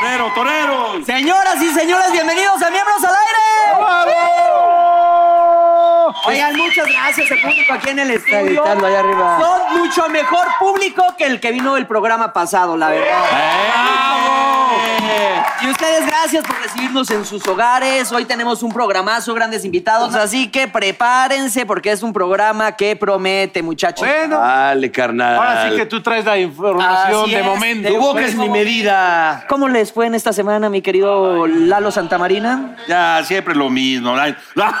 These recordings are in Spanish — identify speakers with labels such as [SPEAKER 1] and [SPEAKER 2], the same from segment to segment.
[SPEAKER 1] ¡Torero, torero!
[SPEAKER 2] Señoras y señores, bienvenidos a Miembros al Aire. Oigan, muchas gracias al público aquí en el estadio.
[SPEAKER 3] gritando allá arriba.
[SPEAKER 2] Son mucho mejor público que el que vino el programa pasado, la verdad. Y ustedes, gracias por recibirnos en sus hogares. Hoy tenemos un programazo, grandes invitados, así que prepárense porque es un programa que promete, muchachos.
[SPEAKER 1] Bueno,
[SPEAKER 3] Dale, carnal.
[SPEAKER 1] ahora sí que tú traes la información
[SPEAKER 2] Así
[SPEAKER 1] de
[SPEAKER 2] es,
[SPEAKER 1] momento.
[SPEAKER 2] de
[SPEAKER 3] Tu boca es mi medida.
[SPEAKER 2] ¿Cómo les fue en esta semana, mi querido Lalo Santamarina?
[SPEAKER 4] Ya, siempre lo mismo. la- la-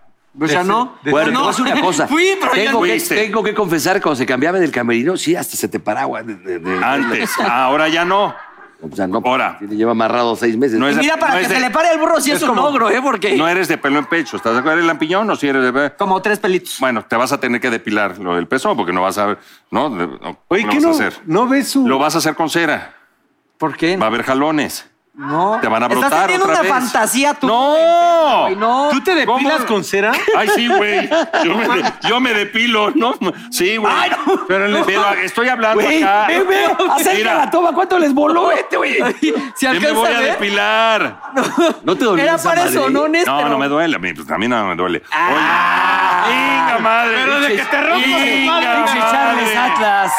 [SPEAKER 1] O sea, no. no.
[SPEAKER 3] Bueno, te voy a decir una cosa.
[SPEAKER 1] Fui, pero ya
[SPEAKER 3] tengo,
[SPEAKER 1] no.
[SPEAKER 3] que,
[SPEAKER 4] fuiste.
[SPEAKER 3] tengo que confesar, cuando se cambiaba del camerino, sí, hasta se te paraba. de- de- de-
[SPEAKER 4] Antes, ahora ya no.
[SPEAKER 3] O sea, no.
[SPEAKER 4] Ah, Ahora.
[SPEAKER 3] sí, le lleva amarrado seis meses.
[SPEAKER 4] No es-
[SPEAKER 2] Mira, para
[SPEAKER 4] no
[SPEAKER 2] que
[SPEAKER 4] es de-
[SPEAKER 2] se le pare el burro si es, un ogro, ¿eh? Porque
[SPEAKER 4] No eres de pelo en pecho. ¿Estás de acuerdo? ¿Eres lampiñón o si eres de.?
[SPEAKER 2] como tres pelitos.
[SPEAKER 4] Bueno, te vas a tener que depilar lo del pezón porque no vas a ver, no, no, no
[SPEAKER 1] Oye,
[SPEAKER 4] lo
[SPEAKER 1] ¿qué
[SPEAKER 4] vas
[SPEAKER 1] no,
[SPEAKER 4] a hacer.
[SPEAKER 1] no ves su...?
[SPEAKER 4] Lo vas a hacer con cera.
[SPEAKER 2] ¿Por qué?
[SPEAKER 4] Va a haber jalones.
[SPEAKER 2] No.
[SPEAKER 4] Te van a brotar
[SPEAKER 2] Estás teniendo
[SPEAKER 4] otra
[SPEAKER 2] una
[SPEAKER 4] vez.
[SPEAKER 2] fantasía tú.
[SPEAKER 4] No.
[SPEAKER 2] Ay, no.
[SPEAKER 1] ¿Tú te depilas
[SPEAKER 4] ¿Cómo?
[SPEAKER 1] con cera?
[SPEAKER 4] Ay, sí, güey. Yo me, de- yo me depilo, ¿no? Sí, güey.
[SPEAKER 2] Ay, no.
[SPEAKER 4] Pero, le- pero estoy hablando
[SPEAKER 3] Güey,
[SPEAKER 4] acá.
[SPEAKER 3] ve, ve, acerca
[SPEAKER 4] Mira,
[SPEAKER 3] la toma, ¿cuánto les voló este, güey?
[SPEAKER 2] Si
[SPEAKER 4] yo me
[SPEAKER 2] alcanza
[SPEAKER 4] voy
[SPEAKER 2] a
[SPEAKER 4] a
[SPEAKER 2] ver.
[SPEAKER 4] depilar.
[SPEAKER 3] No te dolió
[SPEAKER 2] Era
[SPEAKER 3] esa
[SPEAKER 2] para
[SPEAKER 3] madre? ¿eh?
[SPEAKER 2] eso, no, Néstor.
[SPEAKER 4] No, no me duele. A mí, pues, a mí no me duele. Oye. Venga, madre.
[SPEAKER 1] Pero de que te rompas el
[SPEAKER 4] Venga,
[SPEAKER 1] padre,
[SPEAKER 3] Pinche Charles
[SPEAKER 4] madre.
[SPEAKER 3] Atlas.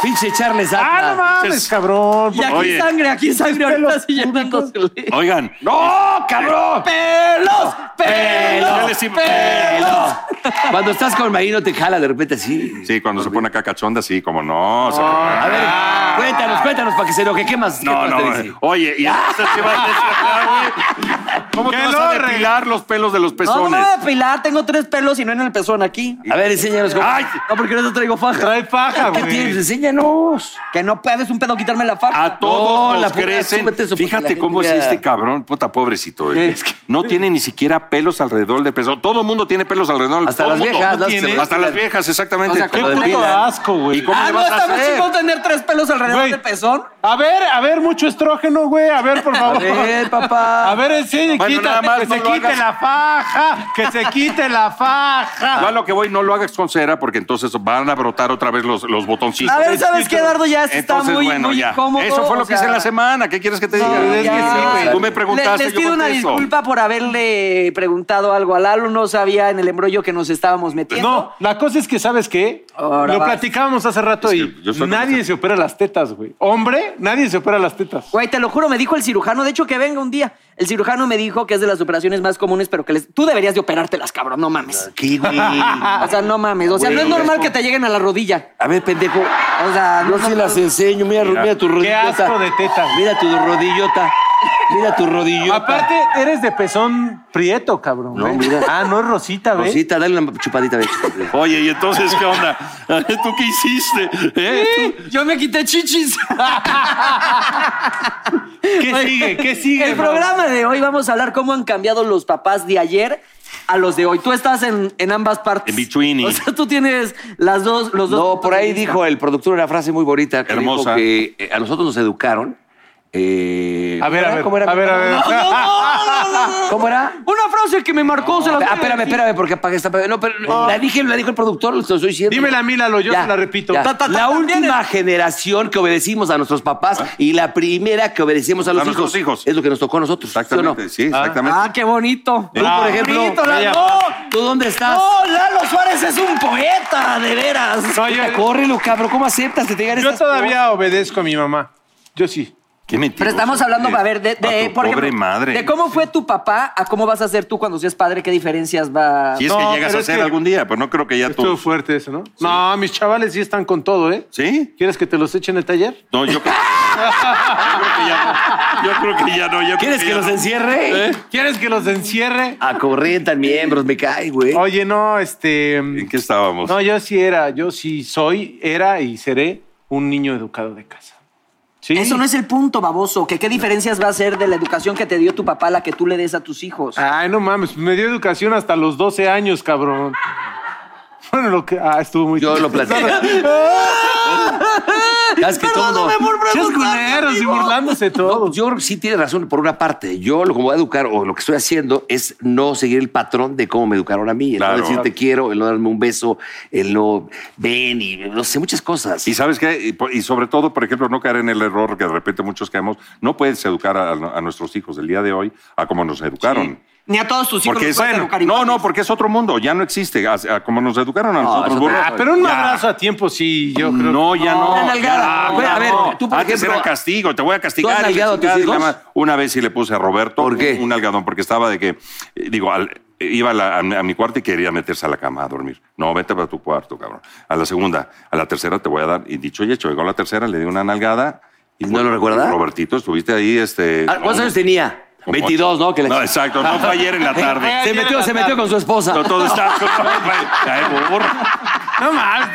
[SPEAKER 3] Pinche Charles
[SPEAKER 1] Ah, no
[SPEAKER 3] Atlas.
[SPEAKER 1] mames,
[SPEAKER 4] Entonces-
[SPEAKER 1] cabrón.
[SPEAKER 2] pues. Y aquí
[SPEAKER 4] Oye.
[SPEAKER 2] sangre, aquí sangre, ahorita
[SPEAKER 1] pelos
[SPEAKER 2] sí llenándosele.
[SPEAKER 4] Oigan.
[SPEAKER 3] ¡No, cabrón!
[SPEAKER 2] ¡Pelos!
[SPEAKER 4] Ya
[SPEAKER 2] ¡Pelos!
[SPEAKER 4] este, les iba-
[SPEAKER 3] Cuando estás con Marino te jala de repente así.
[SPEAKER 4] Sí, cuando se pone acá cachonda, sí, como no. se-
[SPEAKER 3] A ver, cuéntanos, cuéntanos para que se lo que quemas.
[SPEAKER 4] Ah. No, no, eh. güey. Oye, y entonces te vas a depilar, güey. ¿Cómo te
[SPEAKER 1] ¡Qué
[SPEAKER 4] vas a
[SPEAKER 1] lorre!
[SPEAKER 4] depilar los pelos de los
[SPEAKER 2] No, no me
[SPEAKER 4] pezones?
[SPEAKER 2] voy a depilar, tengo tres pelos y no en el pezón aquí.
[SPEAKER 3] A ver, enséñanos cómo.
[SPEAKER 4] Ay,
[SPEAKER 2] No, porque no traigo faja.
[SPEAKER 1] Trae faja,
[SPEAKER 3] ¿Qué
[SPEAKER 1] güey.
[SPEAKER 3] tienes? Enséñanos.
[SPEAKER 2] Que no puedes un pedo quitarme la faja.
[SPEAKER 4] a todos
[SPEAKER 3] No,
[SPEAKER 4] nos
[SPEAKER 3] la puta,
[SPEAKER 4] crecen.
[SPEAKER 3] súbete eso, porque la
[SPEAKER 4] Fíjate
[SPEAKER 3] gente
[SPEAKER 4] cómo es
[SPEAKER 3] ya-
[SPEAKER 4] este cabrón, puta pobrecito. eh.
[SPEAKER 1] ¿Qué?
[SPEAKER 4] Es que no tiene ni siquiera pelos alrededor del pezón. Todo el mundo tiene pelos alrededor. del
[SPEAKER 3] Hasta
[SPEAKER 4] todo
[SPEAKER 3] las
[SPEAKER 4] mundo.
[SPEAKER 3] viejas, ¿no?
[SPEAKER 1] tiene.
[SPEAKER 3] Se-
[SPEAKER 4] Hasta las viejas, exactamente.
[SPEAKER 3] O sea,
[SPEAKER 1] Qué
[SPEAKER 3] Lo
[SPEAKER 1] puto
[SPEAKER 3] depilan.
[SPEAKER 1] asco, güey.
[SPEAKER 4] ¿Y cómo
[SPEAKER 2] ah,
[SPEAKER 4] le
[SPEAKER 2] no,
[SPEAKER 4] vas a
[SPEAKER 2] está muy
[SPEAKER 4] hacer?
[SPEAKER 2] chingón tener tres pelos alrededor
[SPEAKER 1] Güey.
[SPEAKER 2] del pezón.
[SPEAKER 1] A ver, a ver, mucho estrógeno, güey. A ver, por favor.
[SPEAKER 3] A ver, papá.
[SPEAKER 1] A ver, enseña,
[SPEAKER 4] Bueno,
[SPEAKER 1] quita,
[SPEAKER 4] nada más
[SPEAKER 1] que
[SPEAKER 4] no
[SPEAKER 1] se
[SPEAKER 4] lo
[SPEAKER 1] quite
[SPEAKER 4] hagas.
[SPEAKER 1] la faja, que se quite la faja.
[SPEAKER 4] Yo a lo que voy, no lo hagas con cera, porque entonces van a brotar otra vez los, los botoncitos.
[SPEAKER 2] A ver, ¿sabes qué, Eduardo? Ya esto está
[SPEAKER 4] Entonces,
[SPEAKER 2] muy,
[SPEAKER 4] bueno,
[SPEAKER 2] muy
[SPEAKER 4] ya.
[SPEAKER 2] incómodo.
[SPEAKER 4] Eso fue lo
[SPEAKER 2] o
[SPEAKER 4] que hice
[SPEAKER 2] sea,
[SPEAKER 4] en la semana. ¿Qué quieres que te diga?
[SPEAKER 1] es que sí, güey.
[SPEAKER 4] Tú me preguntaste.
[SPEAKER 2] Les, les
[SPEAKER 4] yo
[SPEAKER 2] pido una
[SPEAKER 4] contesto.
[SPEAKER 2] disculpa por haberle preguntado algo a Lalo. No sabía en el embrollo que nos estábamos metiendo.
[SPEAKER 1] No, la cosa es que, ¿sabes qué?
[SPEAKER 2] Ahora
[SPEAKER 1] lo
[SPEAKER 2] vas.
[SPEAKER 1] platicábamos hace rato
[SPEAKER 4] Es que
[SPEAKER 1] y
[SPEAKER 4] yo soy
[SPEAKER 1] nadie
[SPEAKER 4] conocedor.
[SPEAKER 1] se opera las tetas, güey. Hombre, nadie se opera las tetas.
[SPEAKER 2] Güey, te lo juro, me dijo el cirujano. De hecho, que venga un día. El cirujano me dijo que es de las operaciones más comunes, pero que les... tú deberías de operártelas, cabrón. No mames.
[SPEAKER 3] Aquí, güey. A
[SPEAKER 2] O sea, no mames. O sea, no es normal que te lleguen a la rodilla.
[SPEAKER 3] ver, pendejo.
[SPEAKER 2] O sea,
[SPEAKER 3] Yo sí las enseño. Mira,
[SPEAKER 4] Mira.
[SPEAKER 3] mira tu
[SPEAKER 1] Qué
[SPEAKER 3] rodillota.
[SPEAKER 1] asco de teta. güey.
[SPEAKER 3] Mira tu rodillota. Mira tu rodillota.
[SPEAKER 1] Aparte, eres de pezón prieto, cabrón.
[SPEAKER 3] No,
[SPEAKER 1] güey.
[SPEAKER 3] mira.
[SPEAKER 1] Ah, no es rosita,
[SPEAKER 5] ¿eh?
[SPEAKER 1] ¿ves?
[SPEAKER 3] Rosita, dale una chupadita. ve, chupadita.
[SPEAKER 4] Oye, ¿y entonces qué onda? ¿Tú qué hiciste? ¿Eh?
[SPEAKER 2] Yo me quité chichis.
[SPEAKER 5] ¿Qué sigue? ¿Qué sigue?
[SPEAKER 2] El
[SPEAKER 5] Mau?
[SPEAKER 2] programa de hoy vamos a hablar cómo han cambiado los papás de ayer a los de hoy. Tú estás en, en ambas partes.
[SPEAKER 4] En between y-
[SPEAKER 2] O sea, tú tienes las dos, los dos.
[SPEAKER 3] No, por ahí dijo el productor una frase muy bonita. Que
[SPEAKER 4] Hermosa.
[SPEAKER 3] Dijo que eh, a nosotros nos educaron. eh,
[SPEAKER 5] A ver, a ver,
[SPEAKER 3] ¿Cómo era?
[SPEAKER 5] a ver, a ver.
[SPEAKER 2] No, no, no, no, no, no.
[SPEAKER 3] ¿Cómo era?
[SPEAKER 2] Una frase que me marcó. se la voy a
[SPEAKER 3] Ah, espérame,
[SPEAKER 2] decir.
[SPEAKER 3] espérame, porque apagué esta. No, pero la, dije, la dijo el productor, lo estoy diciendo.
[SPEAKER 5] Dímela a mí, Lalo, yo
[SPEAKER 3] Ya,
[SPEAKER 5] se la repito.
[SPEAKER 3] ya.
[SPEAKER 5] Ta, ta, ta,
[SPEAKER 3] la
[SPEAKER 5] ta,
[SPEAKER 3] última
[SPEAKER 5] viene.
[SPEAKER 3] generación que obedecimos a nuestros papás
[SPEAKER 2] Ah.
[SPEAKER 3] y la primera que obedecimos a los
[SPEAKER 4] nuestros
[SPEAKER 3] hijos.
[SPEAKER 4] hijos.
[SPEAKER 3] Es lo que nos tocó a nosotros. ¿sí o no?
[SPEAKER 4] Exactamente, sí, exactamente.
[SPEAKER 2] Ah, qué bonito.
[SPEAKER 3] Tú,
[SPEAKER 5] Ah,
[SPEAKER 3] por ejemplo.
[SPEAKER 2] Bonito, la-
[SPEAKER 5] Ella.
[SPEAKER 2] no,
[SPEAKER 3] ¿Tú dónde estás?
[SPEAKER 2] no, Lalo Suárez es un poeta, de veras.
[SPEAKER 5] No, yo,
[SPEAKER 3] Córrelo, cabrón. ¿Cómo aceptas que te digan
[SPEAKER 5] yo
[SPEAKER 3] estas
[SPEAKER 5] todavía obedezco a mi mamá. Yo sí.
[SPEAKER 4] Qué mentiroso
[SPEAKER 2] Pero estamos hablando,
[SPEAKER 4] eres.
[SPEAKER 2] a ver, de, de-
[SPEAKER 4] A tu
[SPEAKER 2] por ejemplo,
[SPEAKER 4] pobre madre.
[SPEAKER 2] de cómo fue tu papá a cómo vas a ser tú cuando seas padre, qué diferencias va.
[SPEAKER 4] Si es
[SPEAKER 5] No,
[SPEAKER 4] que llegas
[SPEAKER 5] pero
[SPEAKER 4] a
[SPEAKER 5] es
[SPEAKER 4] ser
[SPEAKER 5] que-
[SPEAKER 4] algún día, pero no creo que ya
[SPEAKER 5] Estuvo
[SPEAKER 4] tú.
[SPEAKER 5] fuerte eso, ¿no? No, mis chavales sí están con todo, ¿eh?
[SPEAKER 4] ¿Sí?
[SPEAKER 5] ¿Quieres que te los eche en el taller?
[SPEAKER 4] No, yo creo. yo creo que ya no. Yo creo que ya no. yo creo
[SPEAKER 3] ¿Quieres que
[SPEAKER 4] ya
[SPEAKER 3] los
[SPEAKER 4] no.
[SPEAKER 3] encierre?
[SPEAKER 5] ¿Quieres que los encierre?
[SPEAKER 3] Acorrientan miembros, me cae, güey.
[SPEAKER 5] Oye, no, este...
[SPEAKER 4] ¿En qué estábamos?
[SPEAKER 5] No, yo sí era, yo sí soy, era y seré un niño educado de casa. ¿Sí?
[SPEAKER 2] Eso no es el punto, baboso, que qué diferencias va a ser de la educación que te dio tu papá a la que tú le des a tus hijos.
[SPEAKER 5] Ay, no mames, me dio educación hasta los 12 años, cabrón. Bueno, lo que... Ah, estuvo muy... Ah,
[SPEAKER 3] Yo lo platicé. ¿Sabes que todo?
[SPEAKER 5] Chas culeros y burlándose
[SPEAKER 3] No,
[SPEAKER 5] todos.
[SPEAKER 3] yo creo que sí tiene razón por una parte. Yo lo que me voy a educar o lo que estoy haciendo es no seguir el patrón de cómo me educaron a mí. El
[SPEAKER 4] Claro.
[SPEAKER 3] no decir te quiero, el no darme un beso, el no ven y no sé, muchas cosas.
[SPEAKER 4] Y sabes qué, y, por- y sobre todo, por ejemplo, no caer en el error que de repente muchos caemos, no puedes educar a, a nuestros hijos el día de hoy a como nos educaron.
[SPEAKER 2] Ni a todos tus hijos
[SPEAKER 4] Porque
[SPEAKER 2] los
[SPEAKER 4] es,
[SPEAKER 2] puedes educar
[SPEAKER 4] no,
[SPEAKER 2] igual.
[SPEAKER 4] no, porque es otro mundo, ya no existe, a, a como nos educaron a
[SPEAKER 3] es
[SPEAKER 4] nosotros.
[SPEAKER 3] otra
[SPEAKER 4] bueno,
[SPEAKER 3] cosa.
[SPEAKER 5] Ah, pero un abrazo a tiempo sí, yo creo.
[SPEAKER 4] No, ya no.
[SPEAKER 2] la nalgada.
[SPEAKER 4] ya
[SPEAKER 3] Güey,
[SPEAKER 4] ya
[SPEAKER 3] a ver, tú, por
[SPEAKER 4] Antes
[SPEAKER 3] ejemplo,
[SPEAKER 4] era castigo, te voy a castigar.
[SPEAKER 3] ¿tú has
[SPEAKER 4] y la
[SPEAKER 3] nalgueado a tus
[SPEAKER 4] chingada, y
[SPEAKER 3] hijos?
[SPEAKER 4] nada más. Una vez sí le puse a Roberto
[SPEAKER 3] ¿Por qué?
[SPEAKER 4] un- un algadón, porque estaba de que, eh, digo, al- iba a, la- a mi- a mi cuarto y quería meterse a la cama a dormir. No, vete para tu cuarto, cabrón. A la segunda, a la tercera te voy a dar. Y dicho y hecho, llegó la tercera, le di una nalgada. Y
[SPEAKER 3] ¿No lo recuerda?
[SPEAKER 4] Robertito, estuviste ahí, este...
[SPEAKER 3] Ah, ¿Cuántos
[SPEAKER 4] no,
[SPEAKER 3] años tenía?
[SPEAKER 4] como-
[SPEAKER 3] 22, ¿no? Que la-
[SPEAKER 4] No, exacto, no fue ayer en la tarde.
[SPEAKER 3] Se metió, se metió con su esposa.
[SPEAKER 4] No, todo está... Ay, burro.
[SPEAKER 5] No mames.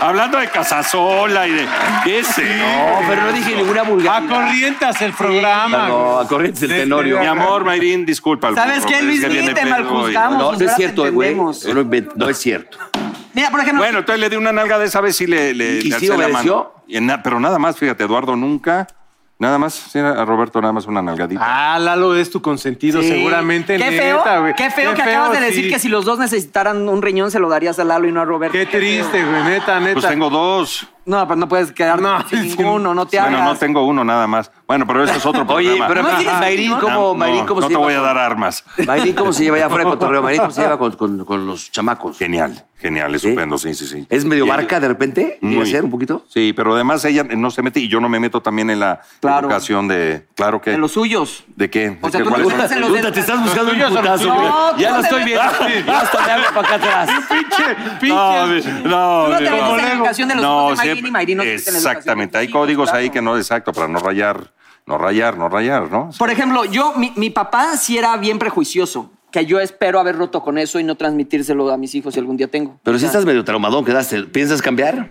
[SPEAKER 4] Hablando de Casasola y de... ¿Qué es eso?
[SPEAKER 3] No, pero no dije ninguna vulgaridad.
[SPEAKER 4] Ah,
[SPEAKER 5] Acorrientas el programa.
[SPEAKER 3] No, a corrientes el
[SPEAKER 5] Desde
[SPEAKER 3] tenorio.
[SPEAKER 4] Mi amor, Mayrín, disculpa.
[SPEAKER 2] ¿Sabes qué, Luis? Ni te maljuzgamos.
[SPEAKER 3] No, no es
[SPEAKER 2] Ahora te
[SPEAKER 3] cierto, güey.
[SPEAKER 2] entendemos.
[SPEAKER 3] No lo invent- No es cierto.
[SPEAKER 2] Mira, por ejemplo,
[SPEAKER 4] Bueno, entonces le di una nalga de esa vez y le, le,
[SPEAKER 3] ¿Y
[SPEAKER 4] le
[SPEAKER 3] sí
[SPEAKER 4] alcé la
[SPEAKER 3] obedeció?
[SPEAKER 4] mano. Y na- pero nada más, fíjate, Eduardo nunca, nada más, sí, a Roberto nada más una nalgadita.
[SPEAKER 5] Ah, Lalo es tu consentido,
[SPEAKER 2] sí.
[SPEAKER 5] seguramente.
[SPEAKER 2] Qué feo,
[SPEAKER 5] neta, güey.
[SPEAKER 2] qué feo que acabas de decir
[SPEAKER 5] sí.
[SPEAKER 2] que si los dos necesitaran un riñón se lo darías a Lalo y no a Roberto.
[SPEAKER 5] Qué triste, güey, neta, neta.
[SPEAKER 4] pues tengo dos.
[SPEAKER 2] No, pero no puedes quedar
[SPEAKER 5] No,
[SPEAKER 2] sin
[SPEAKER 5] sí.
[SPEAKER 2] ninguno, no te
[SPEAKER 4] bueno,
[SPEAKER 2] hagas.
[SPEAKER 4] no tengo uno nada más. Bueno, pero eso es otro problema. Ah,
[SPEAKER 3] Oye, pero
[SPEAKER 2] ¿No tienes
[SPEAKER 3] Mayrín,
[SPEAKER 2] sentido?
[SPEAKER 3] ¿cómo,
[SPEAKER 4] no,
[SPEAKER 3] Mayrín, Ah, cómo
[SPEAKER 4] no
[SPEAKER 3] se
[SPEAKER 4] te
[SPEAKER 3] lleva
[SPEAKER 4] voy a
[SPEAKER 3] con-
[SPEAKER 4] dar armas.
[SPEAKER 3] Mayrín, ¿cómo se lleva allá afuera de cotorreo? Mayrín, ¿cómo se lleva con, con- con los chamacos?
[SPEAKER 4] Genial, genial, estupendo, sí, sí, sí.
[SPEAKER 3] ¿Es medio
[SPEAKER 4] Y-
[SPEAKER 3] barca de repente? ¿Llega a
[SPEAKER 4] Muy.
[SPEAKER 3] ser un poquito?
[SPEAKER 4] Sí, pero además ella no se mete y yo no me meto también en la
[SPEAKER 2] Claro.
[SPEAKER 4] educación de... Claro que...
[SPEAKER 2] De los suyos.
[SPEAKER 4] ¿De qué? ¿De
[SPEAKER 2] O sea,
[SPEAKER 4] qué?
[SPEAKER 2] tú
[SPEAKER 4] ¿Cuáles
[SPEAKER 2] no
[SPEAKER 4] son?
[SPEAKER 2] estás en los
[SPEAKER 3] Puta,
[SPEAKER 2] dedos.
[SPEAKER 3] te estás buscando un
[SPEAKER 5] Yo solo-
[SPEAKER 3] putazo.
[SPEAKER 5] No,
[SPEAKER 3] güey. ya
[SPEAKER 2] tú
[SPEAKER 3] lo
[SPEAKER 2] te
[SPEAKER 3] estoy viendo. Ya hasta me hago para acá atrás.
[SPEAKER 4] No, mi- no,
[SPEAKER 2] Tú no
[SPEAKER 4] mi-
[SPEAKER 2] te metes en la
[SPEAKER 4] no.
[SPEAKER 2] educación de los
[SPEAKER 4] No,
[SPEAKER 2] hijos de Mayrín
[SPEAKER 4] siempre-
[SPEAKER 2] y Mayrín no se mete en la educación
[SPEAKER 4] Exactamente,
[SPEAKER 2] de
[SPEAKER 4] hay
[SPEAKER 2] tus hijos,
[SPEAKER 4] códigos ahí
[SPEAKER 2] claro.
[SPEAKER 4] que no, exacto, para no rayar, no rayar, no rayar, ¿no?
[SPEAKER 2] Por ejemplo, yo, mi, mi papá sí era bien prejuicioso, que yo espero haber roto con eso y no transmitírselo a mis hijos si algún día tengo.
[SPEAKER 3] Pero si estás medio traumadón, quedaste. ¿Piensas cambiar?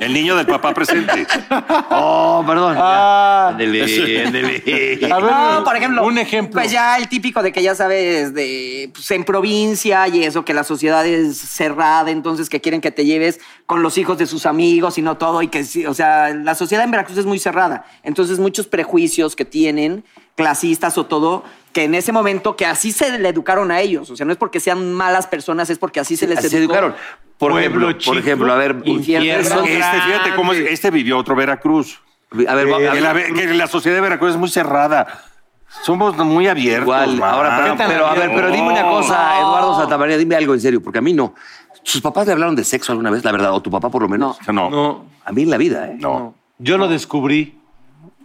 [SPEAKER 4] El niño del papá presente.
[SPEAKER 3] Oh, perdón.
[SPEAKER 5] Ah.
[SPEAKER 3] Ándele, ándele.
[SPEAKER 5] A ver,
[SPEAKER 2] No, por ejemplo.
[SPEAKER 5] Un ejemplo.
[SPEAKER 2] Pues ya el típico de que ya sabes, de pues, en provincia y eso, que la sociedad es cerrada, entonces que quieren que te lleves con los hijos de sus amigos y no todo, y que sí, o sea, la sociedad en Veracruz es muy cerrada. Entonces, muchos prejuicios que tienen, clasistas o todo, que en ese momento que así se le educaron a ellos. O sea, no es porque sean malas personas, es porque así se les
[SPEAKER 3] Así se
[SPEAKER 2] educó.
[SPEAKER 3] educaron. Por
[SPEAKER 5] Pueblo
[SPEAKER 3] ejemplo,
[SPEAKER 5] chico,
[SPEAKER 3] por ejemplo, a ver,
[SPEAKER 5] infierno
[SPEAKER 3] infierno.
[SPEAKER 4] Este, fíjate cómo es, este vivió otro Veracruz.
[SPEAKER 3] A ver,
[SPEAKER 4] Que
[SPEAKER 3] va- a
[SPEAKER 4] la,
[SPEAKER 3] ver.
[SPEAKER 4] ve- que la sociedad de Veracruz es muy cerrada. Somos muy abiertos.
[SPEAKER 3] Igual,
[SPEAKER 4] man.
[SPEAKER 3] ahora, pero, pero, a ver, pero dime una cosa, Eduardo Santamaría, dime algo en serio, porque a mí no. ¿Sus papás le hablaron de sexo alguna vez, la verdad? ¿O tu papá por lo menos?
[SPEAKER 4] No, no,
[SPEAKER 5] No,
[SPEAKER 3] A mí en la vida, ¿eh?
[SPEAKER 4] no.
[SPEAKER 5] yo lo descubrí.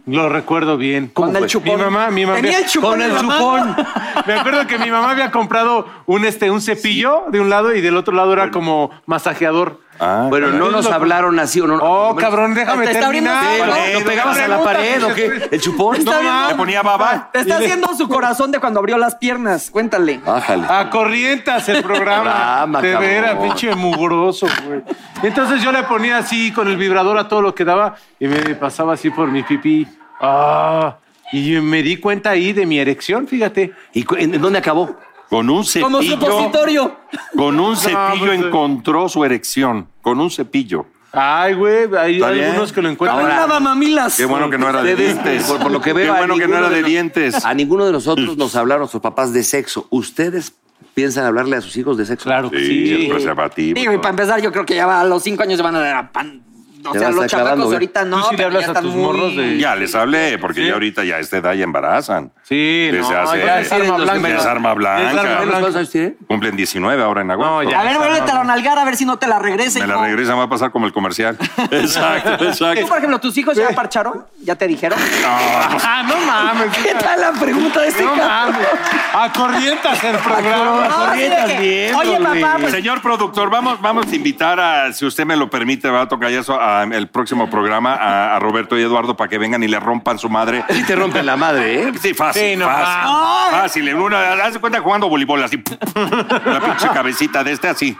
[SPEAKER 5] Lo recuerdo bien.
[SPEAKER 2] Con el chupón.
[SPEAKER 5] Mi mamá, mi mamá.
[SPEAKER 2] Tenía el chupón
[SPEAKER 5] Con
[SPEAKER 2] en
[SPEAKER 5] el
[SPEAKER 2] la mano.
[SPEAKER 5] chupón. Me acuerdo que mi mamá había comprado un, este, un cepillo de un lado y del otro lado era como masajeador.
[SPEAKER 4] Ah,
[SPEAKER 3] bueno,
[SPEAKER 4] caray.
[SPEAKER 3] no nos hablaron así o no.
[SPEAKER 5] Oh, cabrón, déjame
[SPEAKER 2] Te está abriendo
[SPEAKER 5] terminar.
[SPEAKER 2] cielo.
[SPEAKER 5] güey.
[SPEAKER 3] ¿Lo pegabas a la
[SPEAKER 5] Pregunta,
[SPEAKER 3] pared o
[SPEAKER 2] pues,
[SPEAKER 3] qué? ¿El chupón?
[SPEAKER 5] No mames.
[SPEAKER 4] Le ponía baba.
[SPEAKER 2] Te está haciendo su corazón de cuando abrió las piernas. Cuéntale.
[SPEAKER 5] Ah,
[SPEAKER 3] Bájale.
[SPEAKER 5] A corrientas el programa.
[SPEAKER 3] Programa,
[SPEAKER 5] de
[SPEAKER 3] cabrón.
[SPEAKER 5] veras, pinche mugroso, güey. Entonces yo le ponía así con el vibrador a todo lo que daba y me pasaba así por mi pipí. Ah, y yo me di cuenta ahí de mi erección, fíjate.
[SPEAKER 3] ¿Y cu- en en dónde acabó?
[SPEAKER 4] Con un cepillo.
[SPEAKER 2] Como supositorio.
[SPEAKER 4] Con un cepillo
[SPEAKER 5] pues, eh.
[SPEAKER 4] encontró su erección. Con un cepillo.
[SPEAKER 5] Ay, güey, hay
[SPEAKER 4] Está bien.
[SPEAKER 5] algunos que lo encuentran.
[SPEAKER 2] Ahora,
[SPEAKER 3] Ahora-
[SPEAKER 2] nada, mamilas.
[SPEAKER 4] Qué bueno que no era de
[SPEAKER 3] Ustedes,
[SPEAKER 4] dientes.
[SPEAKER 3] Por, por lo que veo.
[SPEAKER 4] Qué
[SPEAKER 3] a
[SPEAKER 4] bueno que no
[SPEAKER 3] ninguno
[SPEAKER 4] era de
[SPEAKER 3] nos-
[SPEAKER 4] dientes.
[SPEAKER 3] A ninguno de nosotros nos hablaron nuestros papás de sexo. ¿Ustedes piensan hablarle a sus hijos de sexo?
[SPEAKER 5] Claro que
[SPEAKER 4] Sí,
[SPEAKER 5] sí.
[SPEAKER 4] el preservativo.
[SPEAKER 2] Digo, y para empezar, yo creo que ya va- a los cinco años se van a dar a pan. O
[SPEAKER 3] Te
[SPEAKER 2] sea,
[SPEAKER 3] vas
[SPEAKER 2] los
[SPEAKER 3] a clavando,
[SPEAKER 2] chamacos
[SPEAKER 3] güey.
[SPEAKER 2] ahorita no.
[SPEAKER 5] Tú sí le
[SPEAKER 2] pero
[SPEAKER 5] hablas
[SPEAKER 2] ya
[SPEAKER 5] a
[SPEAKER 2] están
[SPEAKER 5] tus
[SPEAKER 2] muy-
[SPEAKER 5] morros de-
[SPEAKER 4] Ya les hablé, porque
[SPEAKER 5] Sí.
[SPEAKER 4] ya ahorita ya a esta edad ya embarazan.
[SPEAKER 5] Sí,
[SPEAKER 4] Les
[SPEAKER 5] no,
[SPEAKER 4] hace-
[SPEAKER 5] ya es arma
[SPEAKER 3] Les
[SPEAKER 5] blanca.
[SPEAKER 4] arma blanca.
[SPEAKER 5] Es arma
[SPEAKER 3] ¿Menos
[SPEAKER 5] blanca.
[SPEAKER 3] cuántos años tiene?
[SPEAKER 4] Cumplen 19 ahora en agosto.
[SPEAKER 5] No, ya.
[SPEAKER 2] A ver, vuélvete a la nalgar a ver si no te la regresa.
[SPEAKER 4] Me la
[SPEAKER 2] hijo.
[SPEAKER 4] regresa, va a pasar como el comercial. exacto,
[SPEAKER 2] ¿Tú,
[SPEAKER 4] exacto.
[SPEAKER 2] por ejemplo, tus hijos ya parcharon? ¿Ya te dijeron?
[SPEAKER 5] Ah, no mames.
[SPEAKER 2] ¿Qué tal la pregunta de este
[SPEAKER 5] No
[SPEAKER 2] cabrón?
[SPEAKER 5] mames. A corrientas el programa.
[SPEAKER 2] No, así de que, Oye, papá, pues
[SPEAKER 4] Señor productor, vamos, vamos a invitar a, si usted me lo permite, va a tocar eso al próximo programa a, a Roberto y Eduardo para que vengan y le rompan su madre.
[SPEAKER 3] Sí te rompen la madre, ¿eh?
[SPEAKER 4] Sí, fácil,
[SPEAKER 5] Sí, no,
[SPEAKER 4] fácil.
[SPEAKER 5] vamos.
[SPEAKER 4] Fácil, en una, haz de cuenta jugando voleibol así. La pinche cabecita de este así.